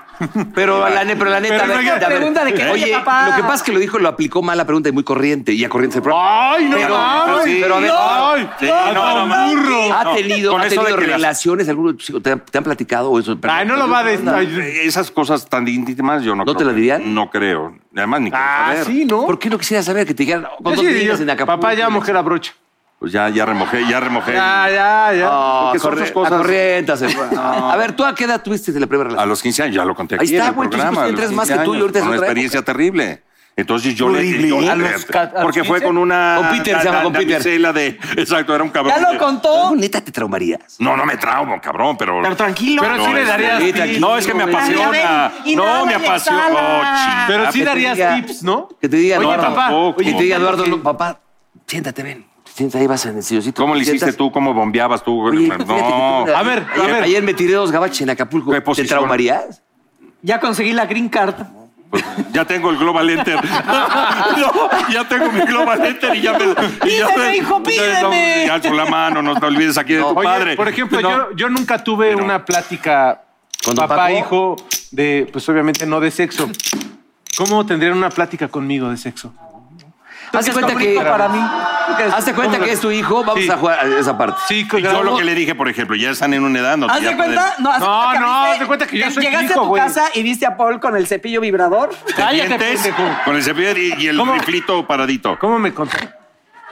[SPEAKER 3] Pero la, ne- pero la neta,
[SPEAKER 5] Pero
[SPEAKER 3] a ver,
[SPEAKER 5] imagínate-
[SPEAKER 3] a ver.
[SPEAKER 2] Pregunta de que, oye, papá.
[SPEAKER 3] Lo que pasa es que lo dijo, lo aplicó mal la pregunta y muy corriente. Y a corriente se
[SPEAKER 5] Ay, no
[SPEAKER 3] Pero-
[SPEAKER 5] mames.
[SPEAKER 4] sí,
[SPEAKER 3] pero a ver-
[SPEAKER 5] Ay,
[SPEAKER 4] Sí,
[SPEAKER 5] no,
[SPEAKER 4] no,
[SPEAKER 5] no,
[SPEAKER 4] no,
[SPEAKER 5] burro.
[SPEAKER 3] ¿Ha
[SPEAKER 4] No,
[SPEAKER 3] tenido,
[SPEAKER 4] con
[SPEAKER 3] ha
[SPEAKER 4] eso de
[SPEAKER 3] tenido
[SPEAKER 4] que las-
[SPEAKER 3] relaciones? ¿Alguno de tus hijos te, han- te han platicado o eso?
[SPEAKER 5] Ay, no lo va a des- ay,
[SPEAKER 4] Eh, Esas cosas tan íntimas yo no
[SPEAKER 3] ¿No
[SPEAKER 4] creo
[SPEAKER 3] te la
[SPEAKER 4] que-
[SPEAKER 3] dirían?
[SPEAKER 4] No creo. Además, ni quiero
[SPEAKER 5] Ah,
[SPEAKER 4] saber.
[SPEAKER 5] sí, ¿no?
[SPEAKER 3] ¿Por qué no quisiera saber que te digan
[SPEAKER 5] Yo
[SPEAKER 3] cuando
[SPEAKER 5] sí,
[SPEAKER 3] vivías
[SPEAKER 5] yo-
[SPEAKER 3] en Acapulco?
[SPEAKER 5] Papá, ya mojé la brocha.
[SPEAKER 4] Pues ya, ya remojé, ya remojé.
[SPEAKER 5] Ya, ya, ya.
[SPEAKER 3] Ah,
[SPEAKER 4] Porque son
[SPEAKER 3] corre-
[SPEAKER 4] sus cosas.
[SPEAKER 3] a corrientas, eh. A ver, ¿tú a qué edad tuviste la primera
[SPEAKER 4] A
[SPEAKER 3] relación?
[SPEAKER 4] los 15 años, ya lo conté
[SPEAKER 3] Ahí
[SPEAKER 4] aquí
[SPEAKER 3] está,
[SPEAKER 4] en el
[SPEAKER 3] güey, tus hijos
[SPEAKER 4] programa. a
[SPEAKER 3] tienen
[SPEAKER 4] los
[SPEAKER 3] tres más
[SPEAKER 4] 15
[SPEAKER 3] que tú y
[SPEAKER 4] años,
[SPEAKER 3] ahorita es
[SPEAKER 4] con una
[SPEAKER 3] otra
[SPEAKER 4] experiencia terrible. Entonces yo le yo le-
[SPEAKER 5] A los ca- a los
[SPEAKER 4] Porque fue
[SPEAKER 5] 15.
[SPEAKER 4] con una.
[SPEAKER 3] Con Peter, se llama, con Peter.
[SPEAKER 4] damisela de. Exacto, era un cabrón.
[SPEAKER 2] ya lo contó.
[SPEAKER 3] ¿Tú, neta te traumarías?
[SPEAKER 4] No, no me traumo, cabrón, pero.
[SPEAKER 2] Pero tranquilo.
[SPEAKER 5] Pero sí
[SPEAKER 4] No,
[SPEAKER 5] le
[SPEAKER 4] este,
[SPEAKER 5] darías
[SPEAKER 3] sí,
[SPEAKER 5] tips.
[SPEAKER 4] No, es que me
[SPEAKER 5] güey.
[SPEAKER 4] apasiona.
[SPEAKER 2] Ay, a ver, y nada
[SPEAKER 4] No, me
[SPEAKER 2] le
[SPEAKER 4] apasiona.
[SPEAKER 2] exhala.
[SPEAKER 4] Oh,
[SPEAKER 5] Pero sí
[SPEAKER 3] que te
[SPEAKER 5] darías
[SPEAKER 3] diga-
[SPEAKER 5] tips, ¿no?
[SPEAKER 3] Que te diga,
[SPEAKER 5] Oye,
[SPEAKER 3] Eduardo,
[SPEAKER 5] papá,
[SPEAKER 4] tampoco.
[SPEAKER 5] oye,
[SPEAKER 3] que te diga, Eduardo,
[SPEAKER 5] sí.
[SPEAKER 3] no, papá, siéntate, ven. Siéntate, ahí vas en el silloncito.
[SPEAKER 4] ¿Cómo le hiciste
[SPEAKER 3] Siéntate.
[SPEAKER 4] tú? ¿Cómo bombeabas tú?
[SPEAKER 3] Oye, fíjate que
[SPEAKER 4] no.
[SPEAKER 3] tuve una-
[SPEAKER 5] A ver, a
[SPEAKER 3] ayer,
[SPEAKER 5] ver.
[SPEAKER 3] ayer me tiré dos gabaches en Acapulco.
[SPEAKER 4] ¿Qué
[SPEAKER 3] ¿Te
[SPEAKER 4] posición?
[SPEAKER 3] traumarías?
[SPEAKER 2] Ya conseguí la green card.
[SPEAKER 4] Pues, ya tengo el Global Enter. no, ya tengo mi Global Enter y ya me. y ya
[SPEAKER 2] Pídeme, hijo, pídeme.
[SPEAKER 4] No, alzo la mano, no te olvides aquí de tu
[SPEAKER 5] Oye,
[SPEAKER 4] padre.
[SPEAKER 5] Por ejemplo,
[SPEAKER 4] No.
[SPEAKER 5] yo, yo nunca tuve
[SPEAKER 4] No.
[SPEAKER 5] una plática
[SPEAKER 3] ¿Con don Paco?
[SPEAKER 5] papá-hijo de, pues obviamente no de sexo. ¿Cómo tendrían una plática conmigo de sexo?
[SPEAKER 3] Haz de cuenta que,
[SPEAKER 2] Favorito para mí. ¿Tú qué es?
[SPEAKER 3] haz de cuenta que es tu hijo, vamos
[SPEAKER 5] Sí.
[SPEAKER 3] a jugar a esa parte.
[SPEAKER 5] Sí,
[SPEAKER 4] Y yo lo que le dije, por ejemplo, ya están en una edad. No,
[SPEAKER 2] ¿Haz
[SPEAKER 4] Ya
[SPEAKER 2] de cuenta? No, haz de
[SPEAKER 5] No,
[SPEAKER 2] cuenta
[SPEAKER 5] no,
[SPEAKER 2] viste-
[SPEAKER 5] haz de cuenta que yo soy
[SPEAKER 2] Llegaste
[SPEAKER 5] hijo,
[SPEAKER 2] a tu
[SPEAKER 5] güey.
[SPEAKER 2] casa y viste a Paul con el cepillo vibrador.
[SPEAKER 5] Cállate,
[SPEAKER 4] dientes,
[SPEAKER 5] pendejo.
[SPEAKER 4] Con el cepillo y, y el
[SPEAKER 5] ¿Cómo?
[SPEAKER 4] riflito paradito.
[SPEAKER 5] ¿Cómo me contó?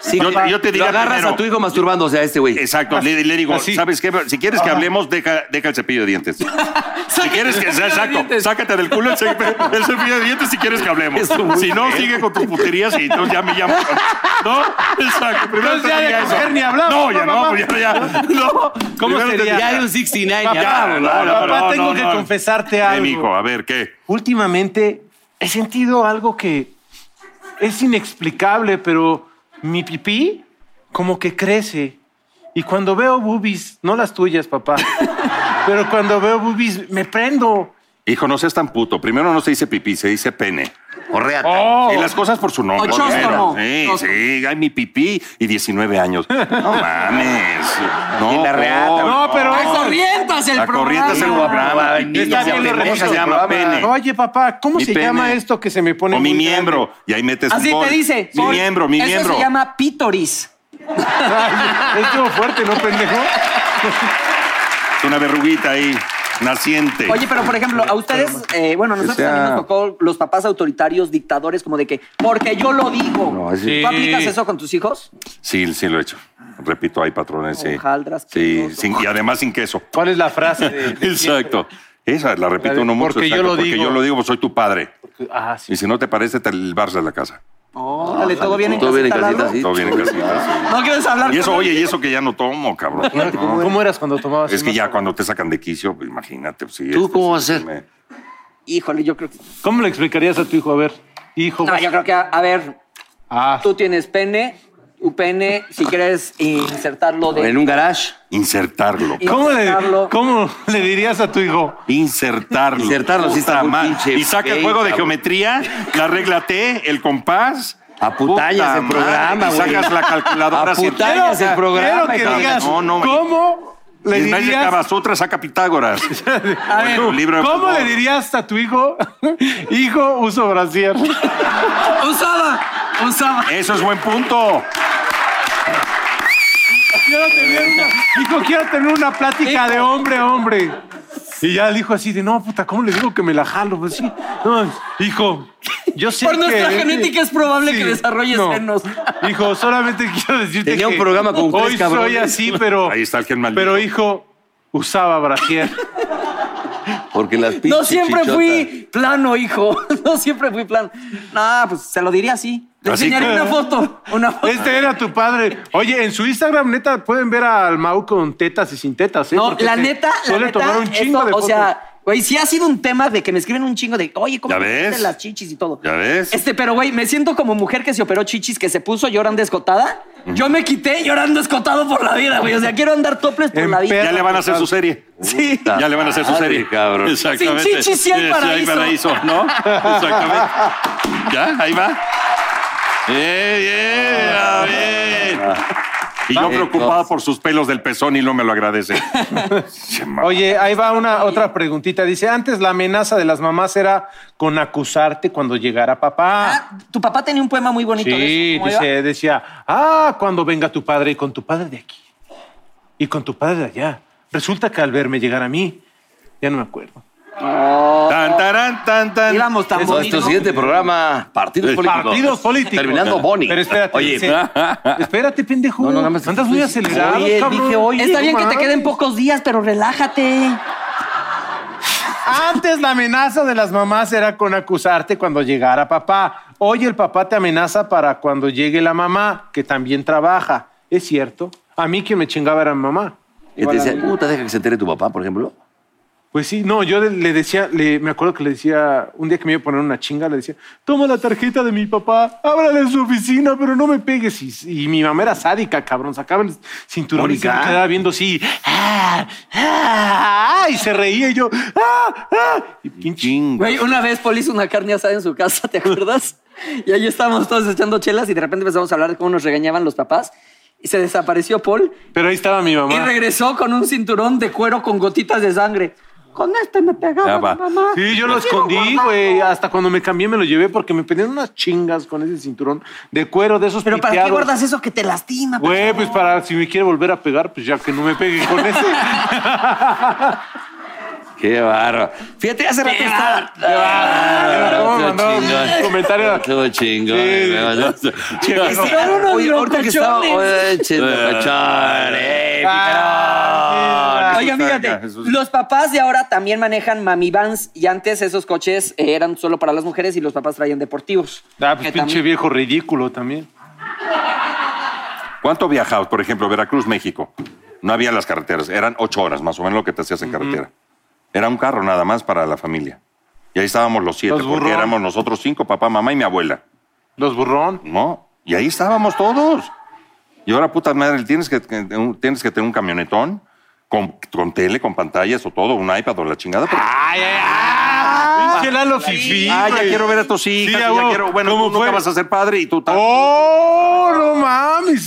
[SPEAKER 3] Sí,
[SPEAKER 4] Yo-
[SPEAKER 3] papá,
[SPEAKER 4] yo te diría
[SPEAKER 3] Lo agarras
[SPEAKER 4] primero.
[SPEAKER 3] a tu hijo masturbándose a este güey.
[SPEAKER 4] Exacto, le, le digo,
[SPEAKER 5] Así.
[SPEAKER 4] ¿sabes qué? Si quieres que hablemos, deja, deja el cepillo de dientes. si quieres que sea exacto, sácate del culo el cep- el cepillo de dientes si quieres que hablemos.
[SPEAKER 3] Eso muy
[SPEAKER 4] Si no, sigue con tus puterías y entonces ya me llamo. ¿No? Exacto. Primero
[SPEAKER 5] Entonces ya
[SPEAKER 4] te
[SPEAKER 5] de
[SPEAKER 4] diría eso.
[SPEAKER 5] coger ni hablamos,
[SPEAKER 4] No, ya
[SPEAKER 5] ¿no, mamá?
[SPEAKER 4] no, ya, ya. No.
[SPEAKER 5] ¿Cómo
[SPEAKER 4] Primero te
[SPEAKER 5] sería?
[SPEAKER 3] Ya
[SPEAKER 4] diría-
[SPEAKER 3] hay un 69, ya,
[SPEAKER 4] Ya,
[SPEAKER 3] vámonos.
[SPEAKER 4] no, no,
[SPEAKER 5] Papá,
[SPEAKER 4] no,
[SPEAKER 5] tengo
[SPEAKER 4] no,
[SPEAKER 5] que
[SPEAKER 4] no.
[SPEAKER 5] confesarte
[SPEAKER 4] Eh,
[SPEAKER 5] algo.
[SPEAKER 4] mijo, a ver, ¿qué?
[SPEAKER 5] últimamente he sentido algo que es inexplicable, pero mi pipí como que crece. Y cuando veo boobies, no las tuyas, papá, pero cuando veo boobies me prendo.
[SPEAKER 4] Hijo, no seas tan puto. Primero no se dice pipí, se dice pene.
[SPEAKER 3] Orréate.
[SPEAKER 4] Y las cosas por su nombre.
[SPEAKER 2] Ochóstomo.
[SPEAKER 4] Sí, sí, ay, mi pipí y 19 años. No mames. No,
[SPEAKER 3] Y la reata.
[SPEAKER 5] No, pero
[SPEAKER 2] ¡A corrientas Ah, el
[SPEAKER 4] La corriente es el
[SPEAKER 2] programa!
[SPEAKER 4] programa.
[SPEAKER 3] Ay, niño,
[SPEAKER 4] Está
[SPEAKER 5] ya
[SPEAKER 4] bien,
[SPEAKER 5] te
[SPEAKER 4] lo ¿Cómo
[SPEAKER 5] revisas
[SPEAKER 4] se
[SPEAKER 5] el
[SPEAKER 4] llama?
[SPEAKER 3] programa.
[SPEAKER 4] Pene.
[SPEAKER 5] Oye, papá, ¿cómo
[SPEAKER 4] Mi
[SPEAKER 5] se
[SPEAKER 4] pene.
[SPEAKER 5] llama esto que se me pone
[SPEAKER 4] O mi
[SPEAKER 5] muy grande?
[SPEAKER 4] miembro. Y ahí metes un
[SPEAKER 2] Así
[SPEAKER 4] gol.
[SPEAKER 2] te dice.
[SPEAKER 4] Mi
[SPEAKER 2] Paul.
[SPEAKER 4] miembro, mi miembro.
[SPEAKER 2] Eso se llama pítoris.
[SPEAKER 5] Ay, estuvo fuerte, ¿no, pendejo?
[SPEAKER 4] Es Una verruguita ahí, naciente.
[SPEAKER 2] Oye, pero por ejemplo, a ustedes, eh, bueno, a nosotros
[SPEAKER 4] sea-
[SPEAKER 2] también nos tocó los papás autoritarios, dictadores, como de que, porque yo lo digo.
[SPEAKER 3] No, así-
[SPEAKER 5] Sí.
[SPEAKER 2] ¿Tú aplicas eso con tus hijos?
[SPEAKER 4] Sí, sí lo he hecho. Repito, hay patrones, sí.
[SPEAKER 2] Hojaldras,
[SPEAKER 4] Sí,
[SPEAKER 2] penoso.
[SPEAKER 4] sin- y además sin queso.
[SPEAKER 5] ¿Cuál es la frase? de-
[SPEAKER 4] Exacto. Esa la repito
[SPEAKER 5] de
[SPEAKER 4] uno mucho.
[SPEAKER 5] porque yo
[SPEAKER 4] exacto,
[SPEAKER 5] lo
[SPEAKER 4] porque
[SPEAKER 5] digo.
[SPEAKER 4] yo lo digo, pues soy tu padre.
[SPEAKER 5] Ah, sí.
[SPEAKER 4] Y si no te parece, te el Barça de la casa.
[SPEAKER 2] Órale, todo bien en
[SPEAKER 3] Todo bien en
[SPEAKER 2] casita,
[SPEAKER 3] casita,
[SPEAKER 2] Lalo?
[SPEAKER 3] sí.
[SPEAKER 4] Todo bien en casita.
[SPEAKER 2] No quieres hablar
[SPEAKER 4] sí. Y eso,
[SPEAKER 2] con
[SPEAKER 4] oye, y eso que ya no tomo, cabrón.
[SPEAKER 5] ¿Cómo, cómo eras cuando tomabas?
[SPEAKER 4] Es que
[SPEAKER 5] más?
[SPEAKER 4] ya cuando te sacan de quicio, pues, imagínate. pues, sí,
[SPEAKER 3] ¿Tú
[SPEAKER 4] este,
[SPEAKER 3] cómo
[SPEAKER 4] sí,
[SPEAKER 3] vas a
[SPEAKER 4] sí
[SPEAKER 3] ser?
[SPEAKER 4] me-
[SPEAKER 2] Híjole, yo creo que.
[SPEAKER 5] ¿Cómo le explicarías a tu hijo? A ver, hijo.
[SPEAKER 2] No, yo creo que, a ver,
[SPEAKER 5] Ah,
[SPEAKER 2] tú tienes pene, un pene, si quieres insertarlo de.
[SPEAKER 3] En un garage,
[SPEAKER 4] Insertarlo.
[SPEAKER 2] Y-
[SPEAKER 5] ¿Cómo le,
[SPEAKER 2] Carlos.
[SPEAKER 5] cómo le dirías a tu hijo?
[SPEAKER 4] Insertarlo.
[SPEAKER 3] Insertarlo, sí está
[SPEAKER 4] Puta
[SPEAKER 3] muy
[SPEAKER 4] madre.
[SPEAKER 3] pinche
[SPEAKER 4] Y saca el
[SPEAKER 3] feo,
[SPEAKER 4] juego de
[SPEAKER 3] cabrón.
[SPEAKER 4] geometría, la regla T, el compás.
[SPEAKER 3] A
[SPEAKER 4] Puta
[SPEAKER 3] putañas el
[SPEAKER 4] madre.
[SPEAKER 3] programa,
[SPEAKER 4] Y
[SPEAKER 3] güey.
[SPEAKER 4] sacas la calculadora.
[SPEAKER 3] A
[SPEAKER 4] hacia-
[SPEAKER 3] putañas. Hagas el
[SPEAKER 5] Quiero-
[SPEAKER 3] programa,
[SPEAKER 5] quiero que
[SPEAKER 3] cabrón.
[SPEAKER 5] digas,
[SPEAKER 4] No, no,
[SPEAKER 5] ¿cómo le
[SPEAKER 4] Y en vez de
[SPEAKER 5] dirías?
[SPEAKER 4] Kamasutra, saca Pitágoras.
[SPEAKER 5] A ver,
[SPEAKER 4] Un libro de
[SPEAKER 5] ¿Cómo
[SPEAKER 4] fútbol.
[SPEAKER 5] le dirías a tu hijo? hijo, uso brasier.
[SPEAKER 2] ¡Usaba! ¡Usaba!
[SPEAKER 4] Eso es buen punto.
[SPEAKER 5] Quiero tener una, hijo, quiero tener una plática de hombre a hombre. Y ya el hijo así de, no, puta, ¿cómo le digo que me la jalo? Pues sí, no, hijo, yo sé
[SPEAKER 2] Por
[SPEAKER 5] que...
[SPEAKER 2] nuestra genética es probable que desarrolles senos.
[SPEAKER 5] Hijo, solamente quiero decirte
[SPEAKER 3] Tenía
[SPEAKER 5] que
[SPEAKER 3] un programa con ustedes,
[SPEAKER 5] hoy soy
[SPEAKER 3] cabrones.
[SPEAKER 5] así, pero...
[SPEAKER 4] Ahí está el que es maldito.
[SPEAKER 5] Pero, hijo, usaba brasier.
[SPEAKER 3] porque las pinches
[SPEAKER 2] No siempre
[SPEAKER 3] chichotas.
[SPEAKER 2] fui plano, hijo. No siempre fui plano. No, pues se lo diría así. Le
[SPEAKER 4] Así
[SPEAKER 2] enseñaría
[SPEAKER 4] que-
[SPEAKER 2] una foto. Una foto.
[SPEAKER 5] Este era tu padre. Oye, en su Instagram, neta, pueden ver al Mau con tetas y sin tetas, ¿eh?
[SPEAKER 2] No,
[SPEAKER 5] Porque
[SPEAKER 2] la
[SPEAKER 5] se
[SPEAKER 2] neta, la
[SPEAKER 5] Suele
[SPEAKER 2] neta,
[SPEAKER 5] tomar un chingo
[SPEAKER 2] esto,
[SPEAKER 5] de
[SPEAKER 2] o
[SPEAKER 5] fotos.
[SPEAKER 2] sea, güey, sí ha sido un tema de que me escriben un chingo de, oye, ¿cómo
[SPEAKER 4] ¿Ya
[SPEAKER 2] te
[SPEAKER 4] ves?
[SPEAKER 2] hiciste las chichis y todo?
[SPEAKER 4] ¿Ya ves?
[SPEAKER 2] Este, pero güey, me siento como mujer que se operó chichis, que se puso llorando escotada. Yo me quité llorando escotado por la vida, güey. O sea, quiero andar toples por
[SPEAKER 5] En
[SPEAKER 2] la vida.
[SPEAKER 5] perra.
[SPEAKER 4] Ya le van a hacer su serie.
[SPEAKER 2] Sí.
[SPEAKER 4] Ya le van a hacer su
[SPEAKER 3] Madre,
[SPEAKER 4] serie.
[SPEAKER 3] cabrón.
[SPEAKER 4] Exactamente.
[SPEAKER 2] Sin chichis, sí hay
[SPEAKER 4] Eh,
[SPEAKER 2] paraíso.
[SPEAKER 4] paraíso, ¿no? Exactamente. Ya, ahí va. Bien, bien, ah, bien. Y yo preocupado por sus pelos del pezón y no me lo agradece. Che, ma-
[SPEAKER 5] Oye, ahí va una otra preguntita. Dice, antes la amenaza de las mamás era con acusarte cuando llegara papá.
[SPEAKER 2] Ah, tu papá tenía un poema muy bonito de
[SPEAKER 5] Sí,
[SPEAKER 2] eso. ¿Cómo iba?
[SPEAKER 5] dice, decía, ah, cuando venga tu padre y con tu padre de aquí y con tu padre de allá. Resulta que al verme llegar a mí, ya no me acuerdo.
[SPEAKER 4] Tan, tarán, tan, tan.
[SPEAKER 2] Íbamos tan
[SPEAKER 3] Nuestro
[SPEAKER 2] bonitos.
[SPEAKER 3] siguiente programa, Partidos Políticos.
[SPEAKER 5] Partidos políticos.
[SPEAKER 3] Terminando Bonnie.
[SPEAKER 5] Pero espérate.
[SPEAKER 3] Oye,
[SPEAKER 5] dice, espérate, pendejo.
[SPEAKER 3] No, no, nada más-
[SPEAKER 5] Andas muy acelerado,
[SPEAKER 3] Oye,
[SPEAKER 5] cabrón.
[SPEAKER 3] dije, oye,
[SPEAKER 2] Está bien que te
[SPEAKER 5] mames.
[SPEAKER 2] queden pocos días, pero relájate.
[SPEAKER 5] Antes la amenaza de las mamás era con acusarte cuando llegara papá. Hoy el papá te amenaza para cuando llegue la mamá, que también trabaja. Es cierto. A mí quien me chingaba era mi mamá.
[SPEAKER 3] que te
[SPEAKER 5] Igual a
[SPEAKER 3] decía,
[SPEAKER 5] mí.
[SPEAKER 3] puta, deja que se entere tu papá, por ejemplo.
[SPEAKER 5] Pues sí, no, yo le decía, le- me acuerdo que le decía, un día que me iba a poner una chinga, le decía, toma la tarjeta de mi papá, ábrale su oficina, pero no me pegues. Y, y mi mamá era sádica, cabrón, sacaba el cinturón y se me
[SPEAKER 3] Mónica.
[SPEAKER 5] quedaba viendo así, ah, ah, y se reía y yo, ah, ah, y pinche
[SPEAKER 4] Ching.
[SPEAKER 2] Güey, una vez Poli hizo una carne asada en su casa, ¿te acuerdas? Y ahí estábamos todos echando chelas y de repente empezamos a hablar de cómo nos regañaban los papás. Y se desapareció Paul
[SPEAKER 5] Pero ahí estaba mi
[SPEAKER 2] y
[SPEAKER 5] mamá.
[SPEAKER 2] regresó con un cinturón de cuero con gotitas de sangre. Con este me
[SPEAKER 4] Ya
[SPEAKER 2] pegaba
[SPEAKER 4] va.
[SPEAKER 2] la mamá.
[SPEAKER 5] Sí, yo lo
[SPEAKER 2] sigo
[SPEAKER 5] escondí,
[SPEAKER 2] guardando.
[SPEAKER 5] güey. Hasta cuando me cambié me lo llevé porque me pedían unas chingas con ese cinturón de cuero de esos
[SPEAKER 2] Pero ¿para qué
[SPEAKER 5] piteados.
[SPEAKER 2] guardas eso que te lastima?
[SPEAKER 5] Güey, pues para si me quiere volver a pegar, pues ya que no me pegue con ese.
[SPEAKER 3] Qué barro. Fíjate, hace rato estaba. Qué
[SPEAKER 5] bárbaro. ¿Cómo mandó un Ah, comentario?
[SPEAKER 3] Todo chingón.
[SPEAKER 5] Sí.
[SPEAKER 3] Qué
[SPEAKER 2] Sí, claro, unos
[SPEAKER 3] Oye, ahorita que estaba.
[SPEAKER 2] broncochones.
[SPEAKER 3] Oye, chido, cochón, eh,
[SPEAKER 5] Ah,
[SPEAKER 2] Oiga,
[SPEAKER 4] Jesús
[SPEAKER 2] fíjate,
[SPEAKER 4] Arca, Jesús.
[SPEAKER 2] los papás de ahora también manejan mami vans y antes esos coches eh, eran solo para las mujeres y los papás traían deportivos.
[SPEAKER 5] Ah, pues
[SPEAKER 2] Que
[SPEAKER 5] pinche
[SPEAKER 2] también-
[SPEAKER 5] viejo ridículo también.
[SPEAKER 4] ¿Cuánto viajabas? Por ejemplo, Veracruz, México. No había las carreteras. Eran ocho horas más o menos lo que te hacías en carretera. Era un carro nada más para la familia. Y ahí estábamos los siete,
[SPEAKER 5] Los
[SPEAKER 4] porque
[SPEAKER 5] burrón.
[SPEAKER 4] éramos nosotros cinco, papá, mamá y mi abuela.
[SPEAKER 5] Los burrón.
[SPEAKER 4] ¿No? Y ahí estábamos todos. Y ahora, puta madre, tienes que, que- un- tienes que tener un camionetón con, con tele, con pantallas o todo, un iPad o la chingada. porque-
[SPEAKER 5] Ay, ay, ay. Pinche Lalo Fifi.
[SPEAKER 4] ah, ya
[SPEAKER 5] güey.
[SPEAKER 4] quiero ver a tus hijas.
[SPEAKER 5] Sí,
[SPEAKER 4] ya
[SPEAKER 5] a huevo.
[SPEAKER 4] quiero- bueno,
[SPEAKER 5] ¿Cómo
[SPEAKER 4] tú nunca
[SPEAKER 5] fue?
[SPEAKER 4] vas a ser padre y tú tal.
[SPEAKER 5] ¡Oh, no mames!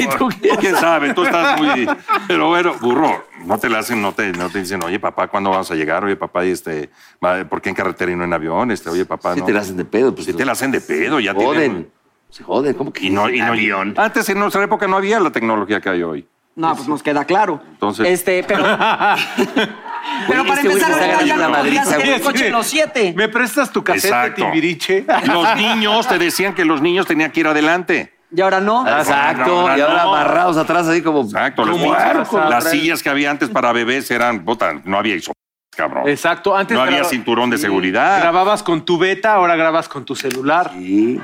[SPEAKER 4] ¿Quién sabe? Tú estás muy... Pero bueno, burro, no te la hacen, no te, no te dicen, oye, papá, ¿cuándo vas a llegar? Oye, papá, y este, ma- ¿por qué en carretera y no en avión? Este, oye, papá,
[SPEAKER 3] Sí
[SPEAKER 4] no.
[SPEAKER 3] te la hacen de pedo, pues.
[SPEAKER 4] Sí te la hacen de pedo, ya
[SPEAKER 3] Joden.
[SPEAKER 4] tienen-
[SPEAKER 3] Se joden, ¿cómo que?
[SPEAKER 4] Y no, y no- Antes, en nuestra época, no había la tecnología que hay hoy.
[SPEAKER 2] No, pues nos queda claro.
[SPEAKER 4] Entonces-
[SPEAKER 2] Este, pero. pero para
[SPEAKER 3] este güey
[SPEAKER 2] empezar,
[SPEAKER 3] me está
[SPEAKER 2] ahorita ya
[SPEAKER 3] ganando
[SPEAKER 2] no
[SPEAKER 3] una
[SPEAKER 2] podías
[SPEAKER 3] madriza,
[SPEAKER 2] tener
[SPEAKER 3] güey.
[SPEAKER 2] el coche en los siete.
[SPEAKER 5] ¿Me prestas tu casete,
[SPEAKER 4] Exacto.
[SPEAKER 5] Timbiriche?
[SPEAKER 4] Los niños te decían que los niños tenían que ir adelante.
[SPEAKER 2] Y ahora no.
[SPEAKER 3] Exacto.
[SPEAKER 4] No,
[SPEAKER 3] Y ahora
[SPEAKER 4] no.
[SPEAKER 3] amarrados atrás, así como.
[SPEAKER 4] Exacto. Las,
[SPEAKER 3] como
[SPEAKER 4] sillas-
[SPEAKER 3] arco.
[SPEAKER 4] las sillas que había antes para bebés eran, puta, no había iso, cabrón.
[SPEAKER 5] Exacto. Antes
[SPEAKER 4] No había
[SPEAKER 5] graba-
[SPEAKER 4] cinturón de
[SPEAKER 5] Sí.
[SPEAKER 4] seguridad.
[SPEAKER 5] Grababas con tu beta, ahora grabas con tu celular.
[SPEAKER 3] Sí.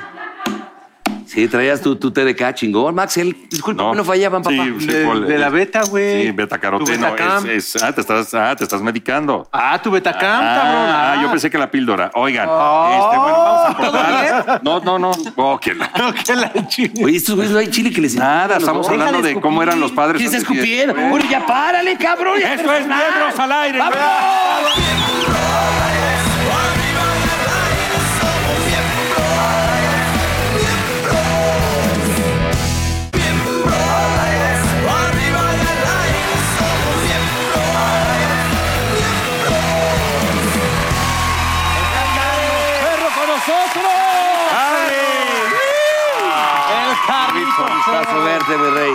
[SPEAKER 3] Sí, traías tu, tu TDK chingón. Max, él, disculpa, no, fallaban, papá.
[SPEAKER 4] Sí, sí,
[SPEAKER 5] De-
[SPEAKER 4] Paul,
[SPEAKER 5] de la
[SPEAKER 4] es-
[SPEAKER 5] beta, güey.
[SPEAKER 4] Sí, beta
[SPEAKER 5] Tu
[SPEAKER 4] caroteno.
[SPEAKER 5] Betacam.
[SPEAKER 4] es- es- ah, te estás, ah, te estás medicando.
[SPEAKER 5] Ah, tu Betacam,
[SPEAKER 4] Ah,
[SPEAKER 5] cabrón.
[SPEAKER 4] ah, yo pensé que la píldora. Oigan, este, bueno, vamos a cortar. No, no, no. Oh, que la-
[SPEAKER 5] que la chingue.
[SPEAKER 3] Oye, estos güeyes no hay chile que les
[SPEAKER 4] Nada, estamos
[SPEAKER 3] Deja
[SPEAKER 4] hablando de
[SPEAKER 3] escupir.
[SPEAKER 4] cómo eran los padres.
[SPEAKER 3] ¿Quieres
[SPEAKER 4] antes y
[SPEAKER 3] escupir?
[SPEAKER 4] después.
[SPEAKER 3] Bueno, ya párale, cabrón. ya
[SPEAKER 1] Esto es
[SPEAKER 3] nada.
[SPEAKER 1] Miembros al Aire. ¡Perro con nosotros!
[SPEAKER 4] Ah,
[SPEAKER 5] El Carlito.
[SPEAKER 3] Gustazo verte, mi rey.